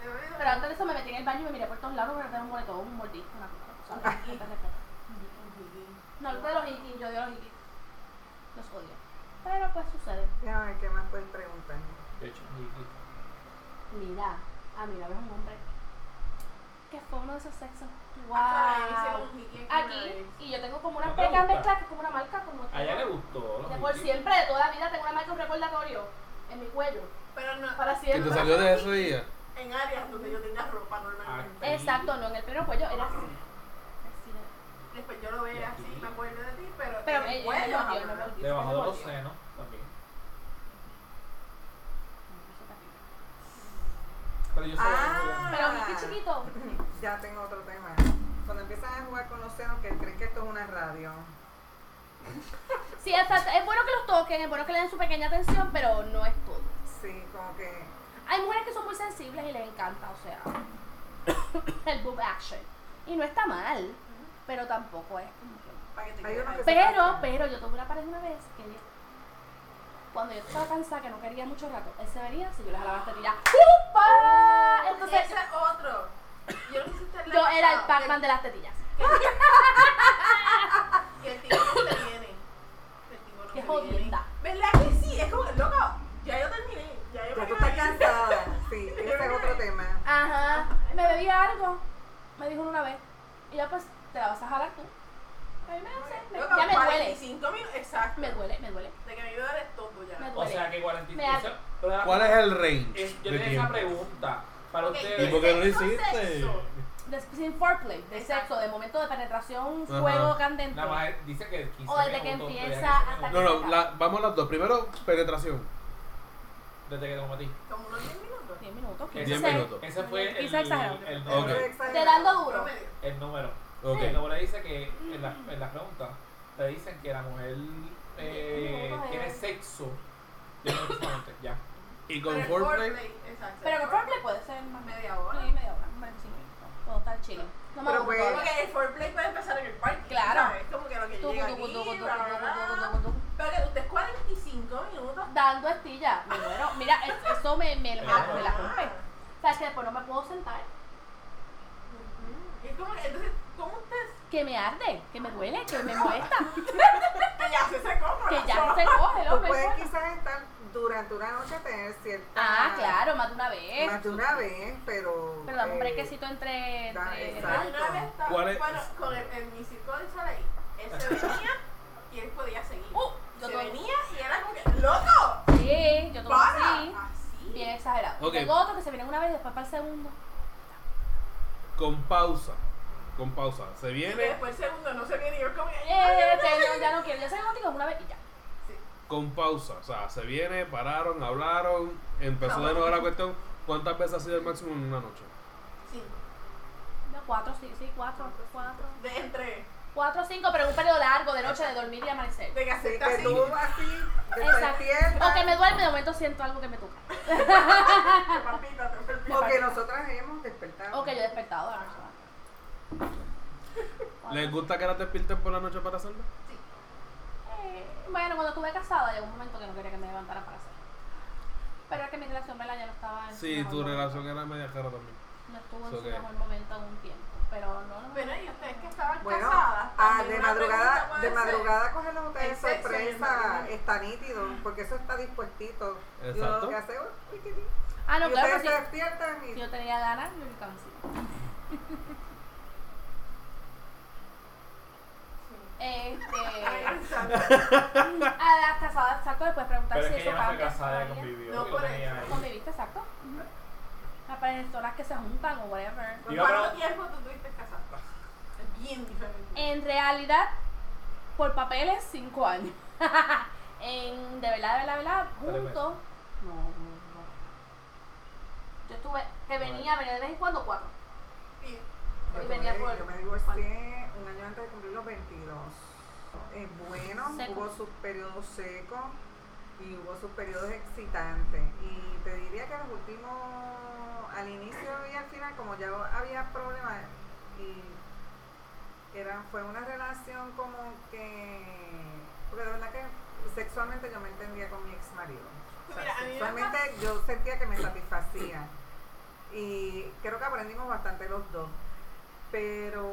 ¿Te lo digo?
Pero antes de eso me metí en el baño y me miré por todos lados para tener un boletón, un mordisco, una cosa. o sea, respeto, respeto. No, de los hikis, yo odio los hikis. Los odio. Pero pues sucede.
Déjame ver qué más puedes preguntar.
De hecho, y-
Mira, a mí la vez un hombre que fue uno de esos sexos.
Hasta la
¡Wow!
hicieron un hickey una
Aquí,
vez.
y yo tengo como una
¿No te
peca
gusta?
mezcla que es como una marca. Como
y- a ella le gustó. los
de por
hippies.
siempre, de toda la vida, tengo una marca, un recordatorio en mi cuello.
Pero no.
Para
¿Que te
siempre.
salió de ese día?
En áreas donde yo tenía ropa
Ah.
normalmente.
Aquí.
Exacto, no en el pleno cuello, era así. Así era.
Después yo lo veo así, me acuerdo de ti, pero.
Pero
en el
me-
cuello,
me mordió,
ajá,
me mordió.
Debajo de los senos también. Pero yo sé.
Ah.
Pero un hiki chiquito.
Ya tengo otro tema. Cuando empiezan a jugar con los senos, que creen que esto es una radio.
Sí, exacto. Es bueno que los toquen, es bueno que le den su pequeña atención, pero no es todo.
Sí, como que.
Hay mujeres que son muy sensibles y les encanta, o sea, el boob action. Y no está mal, pero tampoco es como que-
Para que te
Hay
quede
uno que
ahí.
se-
Pero, pero yo tuve una pareja una vez que ella- cuando yo estaba cansada, que no quería mucho rato, él se venía, si yo le jalaba hasta tirar ¡Upa! Entonces,
Ese Oh, es otro. Yo lo quise
yo era el Pac-Man de las tetillas.
Y el tipo no se viene. El tipo no
Qué
se
jodienda.
viene. ¿Verdad que sí? Es como, loco, ya yo terminé. Ya yo
Ya
me
tú estás
acabé.
cansada. Sí, ese es otro tema.
Ajá, me bebía algo, me dijo una vez. Y ya pues, te la vas a jalar tú. A mí me hace, me-
Loco,
ya me duele.
45 minutos, exacto.
Me duele, me duele.
De que mi vida es todo ya.
Me
O sea que 45.
Me-
eso- pero la-
¿Cuál es el range
es- Yo tenía
de
esa
tiempo?
pregunta. Para
Ok,
¿Y
ustedes.
por qué no lo
Sexo,
hiciste?
sexo.
De, sin foreplay, de
Exacto.
sexo, de momento de penetración,
Ajá.
fuego candente.
Nada más dice que 15
O desde que
minutos, pero ya
empieza
15
hasta
minutos.
No, no, la- vamos a las dos. Primero, penetración.
Desde que te cometí.
Como unos 10 minutos.
10 minutos, 15
Diez
minutos.
Ese fue el,
Quizá exagerado.
el
Pero
número.
Ok.
es
Te
exagerado.
dando duro.
Promedio.
El número.
Ok.
El número dice que en las en las preguntas te dicen que la mujer eh,
minutos
tiene
es-
sexo. Yo no sé antes, ya.
Y
Pero
con
el
foreplay,
exacto.
Pero con foreplay puede ser más media
media hora.
hora. Sí, media hora, 45 minutos. Puedo estar chile. No me
Pero
aburro.
pues-
Como que el foreplay puede empezar en el parque.
Claro.
¿sabes? Como que lo que
Tucu,
llega
tucu,
aquí,
tucu, tucu,
bla, bla,
tucu,
bla.
tucu, tucu, tucu.
Pero que usted es 45 minutos.
Dando estilla, me muero. Mira, es- eso me, me, me,
pues,
Pero-
me la rompe. O sea, es que después no me puedo sentar.
Ujú. Y es como que, entonces, ¿cómo usted
Que me arde, que me duele, que me molesta,
que ya se secó?
que
corazón?
ya se coge el
Tú
hombre.
puedes
bueno.
quizás estar durante una noche tener cierta.
Ah, claro, más de una vez.
Más de una vez, pero.
Pero dame un
eh,
brequecito entre.
da-
entre-
exacto.
Una vez estaba-
¿Cuál es?
Bueno, con el, en mi circo del Soleil, él se venía y él podía seguir.
Uh,
Y
yo
se
todo-
venía y era como que, ¡loco!
Sí, yo tomo
¡Para!
así.
Así.
Bien exagerado.
Ok.
Tengo otros que se vienen una vez y después para el segundo.
Con pausa. Con pausa. Se
Y
viene
después el segundo no se viene y yo como que,
Eh, tengo, ya no quiero, ya se contigo una vez y ya.
con pausa. O sea, se viene, pararon, hablaron, empezó
Ah,
de nuevo la cuestión. ¿Cuántas veces ha sido el máximo en una noche?
Sí.
No, cuatro, sí, sí, cuatro, cuatro.
De entre,
Cuatro o cinco, pero en un periodo largo de noche de dormir y amanecer.
de que
Sí,
acepta
que
así.
tú así,
Exacto.
despiertas.
O que me duerme, de momento siento algo que me toca.
Te palpita, te palpita.
Porque nosotras hemos despertado.
O que yo he despertado de la noche.
¿Les gusta que las despierten por la noche para hacerlo?
Eh, bueno, cuando estuve casada llegó un momento que no quería que me levantaran para hacerlo. Pero es que mi relación, ¿verdad? Ya no
Ah,
estaba en su
Sí,
mejor
tu
momento.
relación era media cara también.
No estuvo en
So
su
que-
mejor momento en un tiempo. Pero no, no.
Bueno, y ustedes que estaban
Bueno,
casadas.
ah,
también
de
una pregunta
madrugada,
puede
de
ser,
madrugada cogen los hoteles
el sexo y el
sorpresa,
matrimonio.
está nítido, porque eso está dispuestito. Y uno
Exacto.
lo que hace, uy, qué lindo.
Ah,
Y
no, claro,
ustedes
pero
se
si-
despiertan
si
y.
yo tenía ganas, yo nunca me hacía.
Ay,
Este,
Alexandra,
a las casadas, exacto, después preguntar
Pero es
si
que
eso
ella no fue
cambia.
casada, ella
todavía.
convivió.
No,
que
por
tenía
eso.
ahí.
Conviviste, exacto. Las personas que se juntan o whatever.
¿por
Iba
¿Cuánto
para-
tiempo tú tuviste casada? Es bien diferente.
En realidad, por papeles, cinco años. en, de verdad, de verdad, de verdad,
Tres meses.
juntos. No, no, no. Yo estuve, que venía, venía de vez en cuando cuatro.
Y-
Yo
Y
me,
venía por-
yo me divorcié un año antes de cumplir los 22. Eh, bueno,
Seco.
hubo sus periodos secos y hubo sus periodos excitantes. Y te diría que los últimos, al inicio y al final, como ya había problemas y era, fue una relación como que, porque de verdad que sexualmente yo me entendía con mi ex marido. O sea,
Mira, a mí me
sexualmente yo sentía que me satisfacía y creo que aprendimos bastante los dos. Pero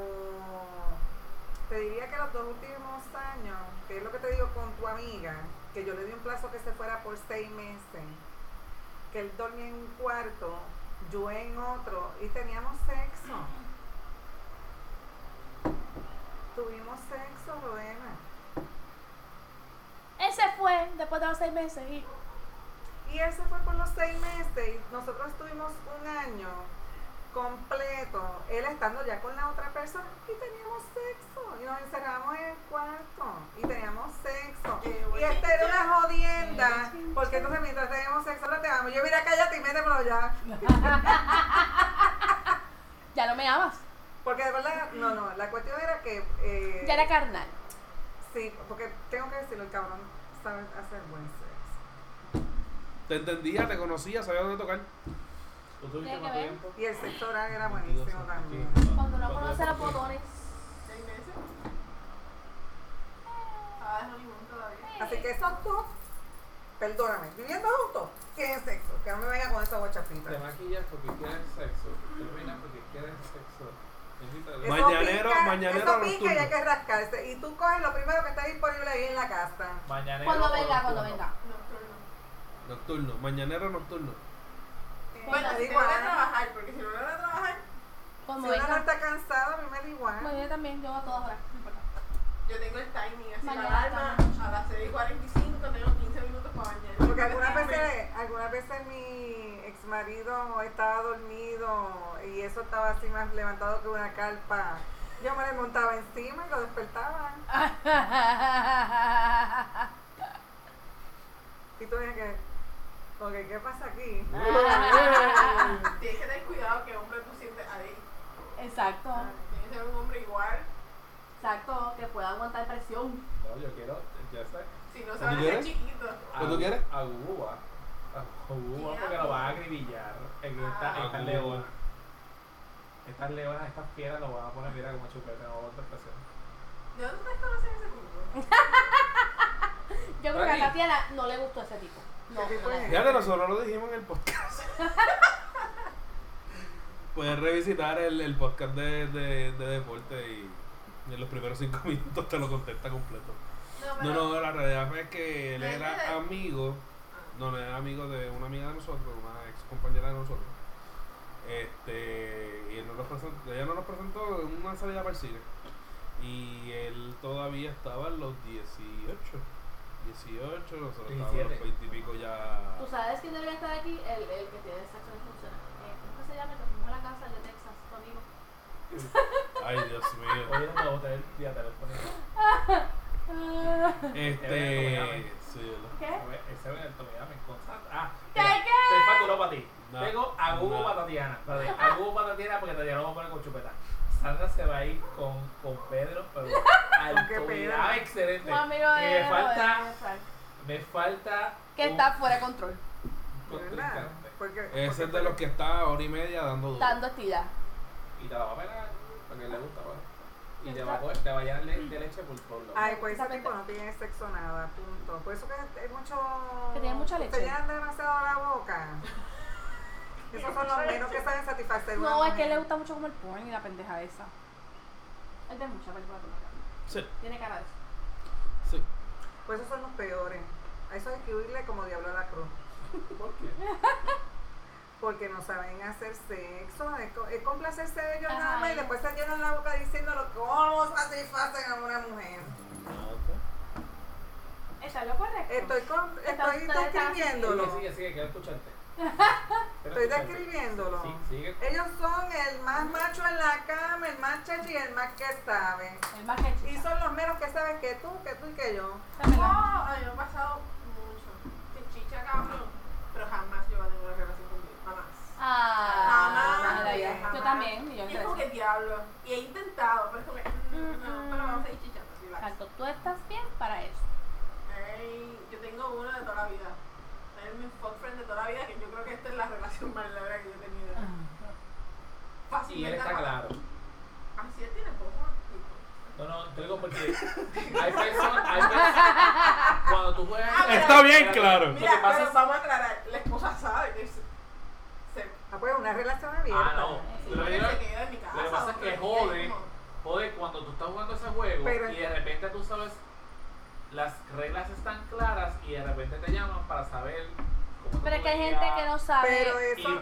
te diría que los dos últimos años, que es lo que te digo con tu amiga, que yo le di un plazo que se fuera por seis meses, que él dormía en un cuarto, yo en otro, y teníamos sexo. Tuvimos sexo, Rodena.
Él se fue después de los seis meses y
Y él se fue por los seis meses y nosotros estuvimos un año completo, él estando ya con la otra persona y teníamos sexo. Y nos encerramos en el cuarto y teníamos sexo.
Qué
Y
bonito.
esta era una jodienda,
Qué bonito.
porque entonces mientras teníamos sexo ahora te amo. Yo mira, cállate y métemelo ya.
ya no me amas.
Porque de verdad, no, no, la cuestión era que... eh,
Ya era carnal.
sí, porque tengo que decirlo, el cabrón sabe hacer buen sexo.
Te entendía, te conocía, sabía dónde tocar.
¿Tú tuviste
Tiene que
más
ver.
tiempo?
Y el sexo oral era
Contigo,
buenísimo
sí,
también.
contigo.
Cuando no
Contigo,
conoce los
contigo.
botones.
¿Seis meses? Ah, es honeymoon todavía.
Así que esos dos, perdóname, viviendo juntos, tienen sexo. Que no me venga con esa guachapita.
Te maquillas porque quieres sexo. Te peinas porque quieres sexo. Necesitas-
Eso
Mañanero-
pica,
mañanero
Eso pica y hay
nocturno.
que rascarse. Y tú coges lo primero que está disponible ahí en la casa.
Mañanero
Cuando
o
venga, cuando
nocturno.
venga.
Nocturno.
Nocturno, mañanero nocturno.
Bueno, si
Me da
tengo que
igual.
trabajar, porque si no voy a trabajar,
Si
Cuando
uno no
venga.
está cansado, a mí me da
Bueno,
igual.
yo también, yo a todas horas. no importa.
yo tengo el timing, así
Mañana
la alarma
estamos.
a las 6 y 45, tengo 15 minutos para bañar.
Porque algunas veces, algunas veces mi ex marido estaba dormido y eso estaba así más levantado que una carpa. Yo me le montaba encima y lo despertaba.
Ah.
Y tú dices que, ok, ¿qué pasa aquí?
Tienes que tener cuidado que hombre tú sientes ahí.
Exacto,
Tienes que ser un hombre igual.
exacto, que pueda aguantar presión.
No, yo quiero, ya sé.
Si no se
¿Tú
van a hacer
quieres?
chiquitos.
¿Qué tú quieres?
Agua. Agua
Ya.
porque lo van a agribillar. En esta,
Ah.
estas
Agua.
leonas. Estas leonas, estas fieras lo van a poner, mira, como chupete, no otra expresión.
¿De dónde ustedes conocen ese grupo?
Yo creo que a Tatiana no le gustó ese tipo. No,
¿Qué tipo
no le
es?
gustó.
Ya de nosotros lo dijimos en el podcast. Puedes revisitar el, el podcast de, de, de deporte y en los primeros cinco minutos te lo contesta completo. No, no, la realidad es que él
La idea
era
de-
amigo, no, no era amigo de una amiga de nosotros, una ex compañera de nosotros. Este, y él nos lo presentó, ella nos lo presentó en una salida para el cine. Y él todavía estaba en los 18. 18, nosotros estábamos en los
17.
20 y pico ya.
¿Tú sabes quién debería estar aquí? El, el que tiene sexo disfuncional. Eh, ¿Cómo que se llama? El que fuimos a la casa el de Texas, tu amigo.
Ay, Dios mío.
Oye, no me boté el día de los
Ah.
Este. sí, ¿no?
¿Qué?
Ese ve el Toledame con Ah,
¿Qué,
mira,
qué?
Te faculó para ti.
No,
Tengo a Hugo
no.
Patatiana. Espérate, A Hugo Patatiana porque Tatiana lo va a poner con chupeta. Sandra se va a ir con, con Pedro, pero al
qué
Toledame
Pedro?
excelente.
Tu amigo
Y
de.
me Eh, falta,
de Frank.
me falta.
Que
un
está fuera de control,
¿Verdad?
contrincante.
Porque,
Ese
porque-
es de los que está hora y media dando duro.
dando estira.
Y te la va a pegar porque le gusta, pues. Y te va a, coger- te va a llenar le- de leche por por los-
Ay, pues ese tipo no tiene sexo nada, punto. Por eso que es mucho...
Que tiene mucha leche.
Se llenan demasiado la boca. Esos son los menos que saben satisfacer una
No, es que
mujer.
le gusta mucho comer porn y la pendeja esa. Él ve mucha película pornográfica.
Sí,
Tiene cara de eso.
sí.
Pues esos son los peores. A eso hay que huirle como diablo a la cruz.
¿Por qué?
Porque no saben hacer sexo. Es, co- es complacerse de ellos
Ajá.
nada más y después se llenan la boca diciéndolo cómo satisfacen a una mujer.
¿Está lo correcto?
Estoy, con- estoy
Entonces,
describiéndolo.
Sigue, sigue, sigue, quiero escucharte. Quiero
Estoy
escucharte.
describiéndolo.
Sí, sigue.
Eh,
Ellos son el más macho en la cama, el más chachi y el más que sabe.
El más que
Y son los menos que saben que tú, que tú y que yo.
Oh, a mí me ha pasado mucho. Que chicha cabrón. Pero jamás yo voy a tener una relación conmigo. Jamás.
Ah,
Jamás,
mira, yo-
jamás.
Yo también, y yo
Y es como que diablo. Y he intentado, pero es como que. mm, No, pero vamos a seguir chichando. relax.
Exacto, tú estás bien para eso.
Ey, yo tengo uno de toda la vida. Es mi fuck friend de toda la vida, que yo creo que esta es la relación más larga que yo he tenido.
Ah.
Fácil,
Y él está
¿verdad?
claro.
Así él tiene poco.
No, no, te digo porque hay personas, hay personas, cuando tú
Ah,
juegas...
mira,
Está bien
espérate.
claro.
que
Mira,
pasa
pero
es-
vamos a aclarar, la esposa sabe que se, se,
Ah, pues una relación abierta.
Ah, no. Pero
que
yo-
se queda en mi casa.
Lo que pasa es que
porque
jode,
no.
jode cuando tú estás jugando ese juego
Pero-
y de repente tú sabes, las reglas están claras y de repente te llaman para saber cómo te
Pero es que hay
podría-
gente que no sabe.
Pero eso,
Y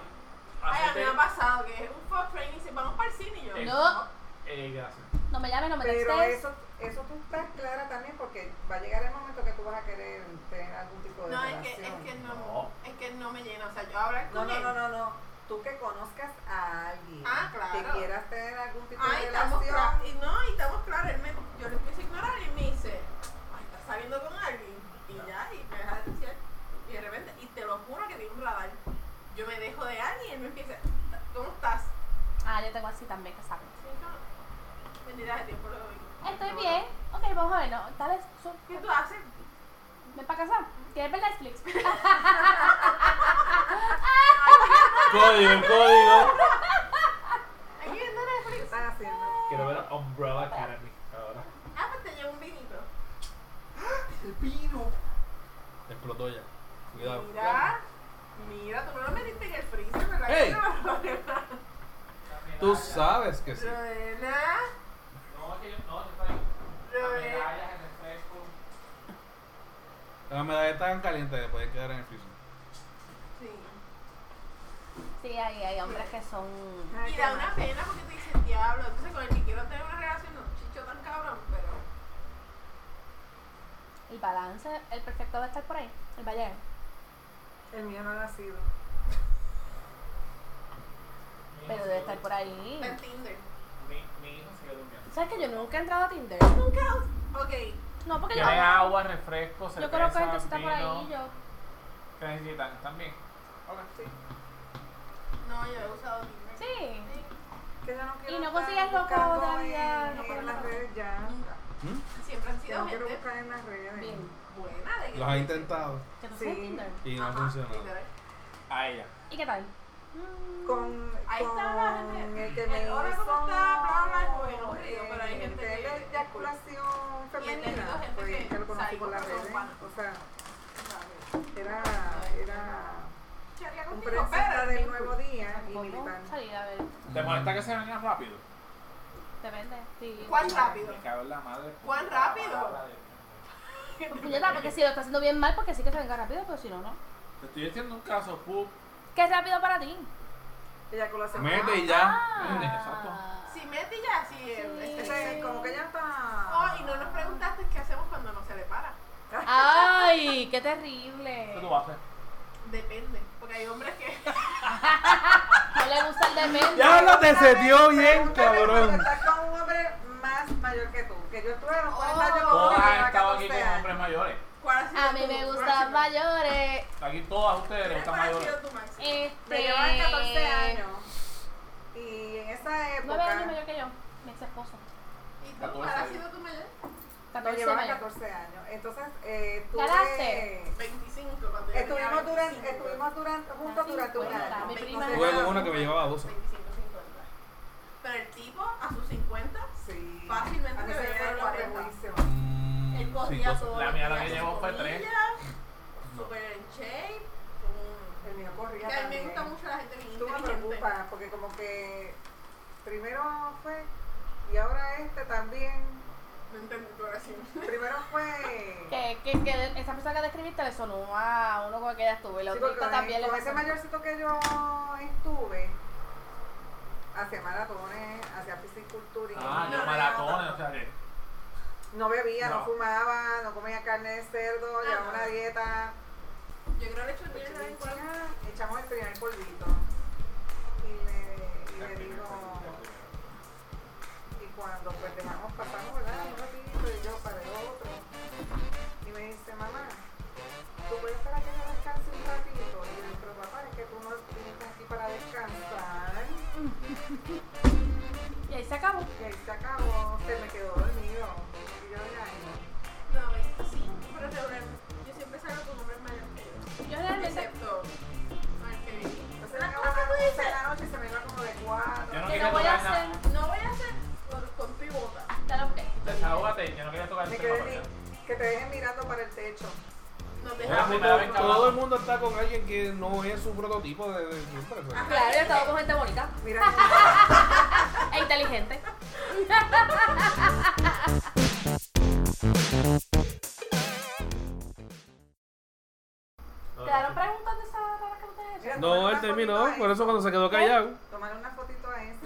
Ay, a mí
hacerte-
me ha pasado que es un fuck friend y dice, vamos para el cine y yo.
Eh,
No,
eh, gracias.
no me llames, no me
pero
textes.
eso, eso tú estás clara también porque va a llegar el momento que tú vas a querer tener algún tipo de
No, es que,
relación.
es que no,
No.
es que no me llena. O sea, yo hablar
no,
con
no,
él.
no, no, no. Tú que conozcas a alguien
Ah, claro.
que quieras tener algún tipo
Ay,
de
estamos
relación.
claros. Y no, y estamos claros. Él me, yo lo empiezo a ignorar y me dice, ay, estás saliendo con alguien. Y ya, y me deja de decir. Y de repente, y te lo juro que tengo un radar. Yo me dejo de alguien y él me empieza, ¿cómo estás?
Ah, yo tengo así también que saben.
Sí, no. Mentira, de tiempo lo doy.
Estoy
No,
bien. Ok, vamos a ver, ¿no? Tal vez. su-
¿Qué tú haces?
Ven para casa. ¿Quieres ver Netflix?
Código, código.
Aquí viendo Netflix.
estás haciendo?
Quiero ver Umbrella Academy ahora.
Ah, pues te llevo un vinito.
Explotó ya. Cuidado.
Mira, mira, tú no lo metiste en el freezer, ¿verdad?
Ey.
Hey.
Tú sabes que sí.
Rona,
No, que yo, no, yo estoy...
Rona.
Medallas en el Facebook.
La medalla está tan caliente que puede quedar en el freezer.
Sí.
Sí, hay, hay hombres que son.
Ay,
Y
qué
da
mal.
una pena porque te dicen diablo. Entonces con el que quiero tener una relación, no chicho tan cabrón, pero.
El balance, el perfecto va a estar por ahí. El valle.
El mío no ha nacido.
Mi
Pero
hijo
debe
se
estar
quedó-
por ahí.
En Tinder.
Mi, mi hijo se quedó durmiendo.
¿Sabes que yo nunca he entrado a Tinder?
Ok,
No, porque yo.
Tiene agua, refresco, cerveza,
Yo conozco gente que está por ahí.
vino.
Yo.
¿Qué necesitan? ¿Están bien?
no, yo he usado Tinder.
Sí.
Que yo no quiero
Y no
estar
consigues loca
buscando
todavía,
en-
no
en
con
las
loca.
redes ya.
Nunca.
¿Mm?
Siempre han
Que
sido
no quiero
gente
buscar en las redes.
Bien.
buena de que.
Los ha intentado
¿Qué tú
Sí.
sabes de Tinder?
y no ha
Ajá,
funcionado.
literal.
A ella.
¿Y qué tal? Mm.
Con,
Ahí
con
está la gente.
el que me
Eh, hola,
hizo,
¿cómo está? Bla, bla, bla, es muy aburrido, pero hay
eh,
gente
de
que-
la eyaculación
Y he tenido
femenina,
gente
pues,
que
que lo conocí
salió
por las
con su
redes.
pana.
O sea,
¿sabes?
era, era
¿Qué haría
un
contigo?
prensista
Pero,
del nuevo día y
¿Cómo
militar.
salir a ver?
¿Te molesta que se vengan rápido?
Depende. Sí.
¿Cuán rápido?
Me cago en la madre.
¿Cuán rápido?
Puñeta, porque si lo está haciendo bien mal, porque sí que se venga rápido, pero si no, no.
Te estoy diciendo un caso, pup.
¿Qué es rápido para ti?
Eyaculación.
Mete y ya.
Ah.
Si mete ya, si es- es-
Ah, Ese, como que ya
Oh,
está.
y no nos preguntaste qué hacemos cuando no se le para.
Ay, qué
¿Qué
terrible.
tú vas a hacer?
Depende, porque hay hombres que...
No le gusta el depende.
Ya lo te setió bien,
Pregúntame cuando
cabrón.
Estás con un hombre más mayor que tú. Que yo estuve a los 40 años con
Oh,
Todas
una
ah,
han
de
estado aquí
14
con
años.
hombres mayores.
¿Cuál ha sido
A mí
tu-
me
cuál ha
gustan
sido-
mayores.
Aquí todas ustedes les gustan
¿Cuál ha
mayores.
sido tu máximo?
Este.
Me llevaban 14 años. Y en esa
Nueve años
época.
mayor que yo. Mi ex esposo.
¿Y tú?
Catorce.
¿Cuál ha sido tu mayor?
Me
14
llevaban
mayor.
14 años. Entonces, eh,
¿Ganaste?
tuve.
25 cuando yo tenía
Estuvimos, durante,
25.
estuvimos durante, juntos durante un
cincuenta,
año.
mi
No
prima.
sé,
Tuve con una que me llevaba a 12.
25, 50. Pero el tipo a sus 50,
Sí.
Fácilmente
A mí
te
se me
veía
fueron
en
los
40.
prejuicios.
él
Mm, sí,
cogía
dos.
todo.
La
lo
mía la
tenía
que
su
llevó fue
comida,
tres.
Súper en shape. mm.
El mío corría
Que a mí me
también.
gusta mucho la gente bien
Tú me
inteligente.
preocupas porque como que primero fue y ahora este también.
No entendí tu oración.
Primero fue.
Que, que, que de- esa persona que describiste le sonó a uno con el que ella estuvo. Y la
Sí,
otra
porque con,
también le
con ese
pasó.
mayorcito que yo estuve, hacía maratones, hacía fisiculturismo.
Ah,
No,
yo
no,
maratones,
no.
o sea que.
No bebía, no.
No.
fumaba, no comía carne de cerdo,
Ah,
llevaba
no.
una dieta.
Yo creo que hecho
Pues,
bien
chica,
en cuanto-
Echamos el primer polvito. Y le, y le digo. Y cuando pues dejamos pasar, ¿verdad? Un ratito y yo para el otro. Y me dice, mamá, tú puedes para que yo descanse un ratito. Y yo, pero papá, es que tú no estás aquí para descansar.
Y ahí se acabó.
Y ahí se acabó, se me quedó dormido. Y yo, ay, no.
No, 25, pero regularmente. Yo siempre salgo con hombres mayores que yo.
Yo realmente.
Excepto con el que viví.
Entonces me
Una
acababa
cosa que tú
a las once de
dices,
la noche y se me iba como de
Yo no
cuatro.
Que
quería
no voy
tocar
a
nada.
hacer.
no voy a hacer por- con pivota.
Ya lo que.
Desahógate, yo no quería tocar
Me
el
quedé
tema.
ni-
pero-
que te dejen mirando para el techo.
Nos
Era la
dejamos.
primera vez que
Todo el
hablaba.
mundo está con alguien que no es su prototipo de, de siempre. pues.
Claro, yo estaba con gente bonita
Mira.
e inteligente. ¿Quedaron preguntas de esa para las que ustedes
Mira,
No,
tómale
él
una
terminó,
fotito a
por eso cuando se quedó
¿Eh?
callado.
Tomar una fotito a eso.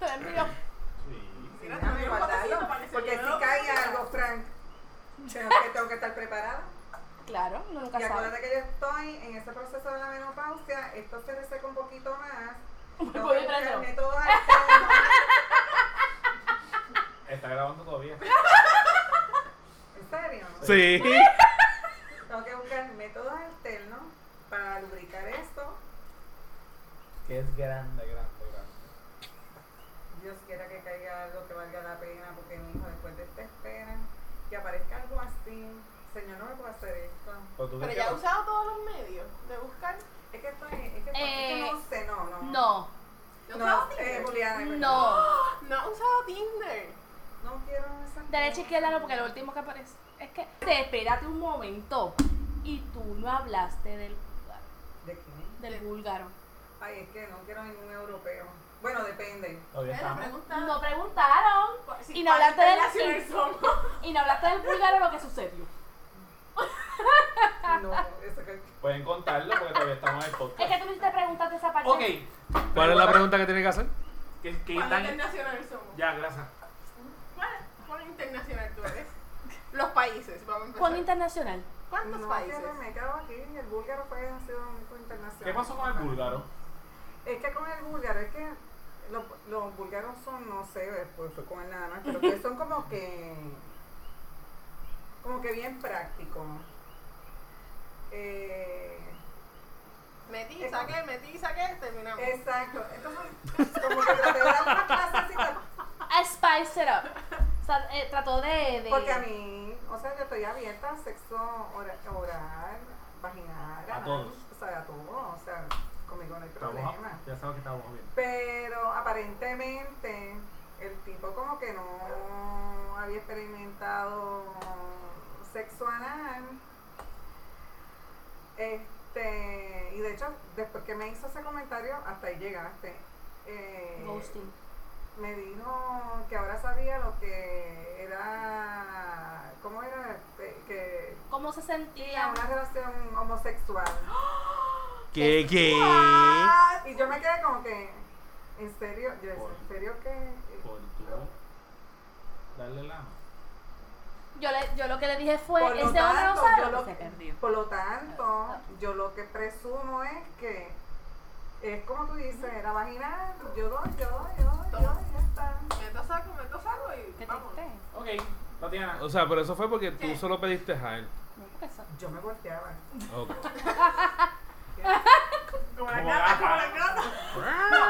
Te envió.
Sí.
Sí, déjame
un
guardarlo.
potecito para que se
Porque
lleve
si
otro
cae
día.
algo, Frank, tengo que, tengo que estar preparada.
Claro, uno nunca
Y
sabe.
acuérdate que yo estoy en ese proceso de la menopausia. Esto se reseca un poquito más. Tengo
voy
que
preso.
buscar métodos alternos.
Está grabando todavía.
¿En serio?
Sí.
Tengo que buscar métodos alternos para lubricar esto.
Que es grande, grande, grande.
Dios quiera que caiga algo que valga la pena, porque mi hijo después de esta espera, que aparezca algo así. Señor, no me puedo hacer esto.
Pero tú
Pero
ves
ya
que-
he usado todos los medios de buscar.
Es que estoy, es que,
Eh,
es que no sé, no, no.
No,
¿No, he
No,
usado
eh,
Tinder?
Juliana. perdón.
no.
no he usado Tinder.
No quiero esa.
Derecha izquierda no, porque lo último que aparece es que. Te espérate un momento. Y tú no hablaste del vulgar-
¿De quién?
del búlgaro.
Ay, es que no quiero ningún europeo. Bueno, depende.
Todavía
Eh, la
estamos.
pregunta-
No preguntaron.
si-
y no hablaste
¿cuál
del-
relaciones somos?
Y no hablaste del búlgaro lo que sucedió.
No, eso que.
Pueden contarlo porque todavía estamos en el
Es
podcast.
que tú me hiciste preguntas de esa parte.
Ok.
¿Cuál es la pregunta que tiene que hacer?
¿Qué, qué
¿Cuán
tan...
internacional somos?
Ya, gracias.
¿Cuál, cuán internacional tú eres? Los países, vamos a empezar.
¿Cuán internacional?
¿Cuántos
No,
países?
fíjate, me he quedado aquí. El búlgaro fue, ha sido un único internacional.
¿Qué pasó con el búlgaro?
Es que con el búlgaro, es que los, los búlgaros son, no sé, después fue con él nada más, pero que son como que. como que bien prácticos. Eh.
Metí, saqué, metí, saqué, terminamos.
Exacto. Entonces, como que traté de dar una clasecita,
I spiced it up. O sea, eh, trató de, de-
Porque a mí, o sea, yo estoy abierta a sexo ora- oral, vaginal.
A
anal,
todos.
O sea, a todos. O sea, conmigo no hay
Estamos-
problema.
Ya sabes que estamos bien.
Pero aparentemente el tipo como que no había experimentado sexo anal. Este, y de hecho, después que me hizo ese comentario, hasta ahí llegaste. eh,
Ghosting.
me dijo que ahora sabía lo que era, ¿cómo era? Eh, Que
¿Cómo se
tenía
sentía?
una relación homosexual.
¿Qué, qué?
Y yo me quedé como que, ¿en serio? Yo, ¿En
Por-
serio que?
Por tú darle la mano.
Yo, le, yo lo que le dije fue,
Por lo
ese hombre no
tanto,
sabe
yo
lo
lo-
que se perdió.
Por lo tanto, yo lo que presumo es que es como tú dices, era vaginal, yo doy, yo doy, yo doy, yo doy, ya está.
Meto saco, meto saco y
Qué
vamos.
triste.
Ok, Tatiana.
O sea, pero eso fue porque tú
¿Qué?
solo pediste a él.
No, porque eso-
Yo me volteaba.
Ok.
Como la
Como
gata,
gata.
como la gata.
Ah.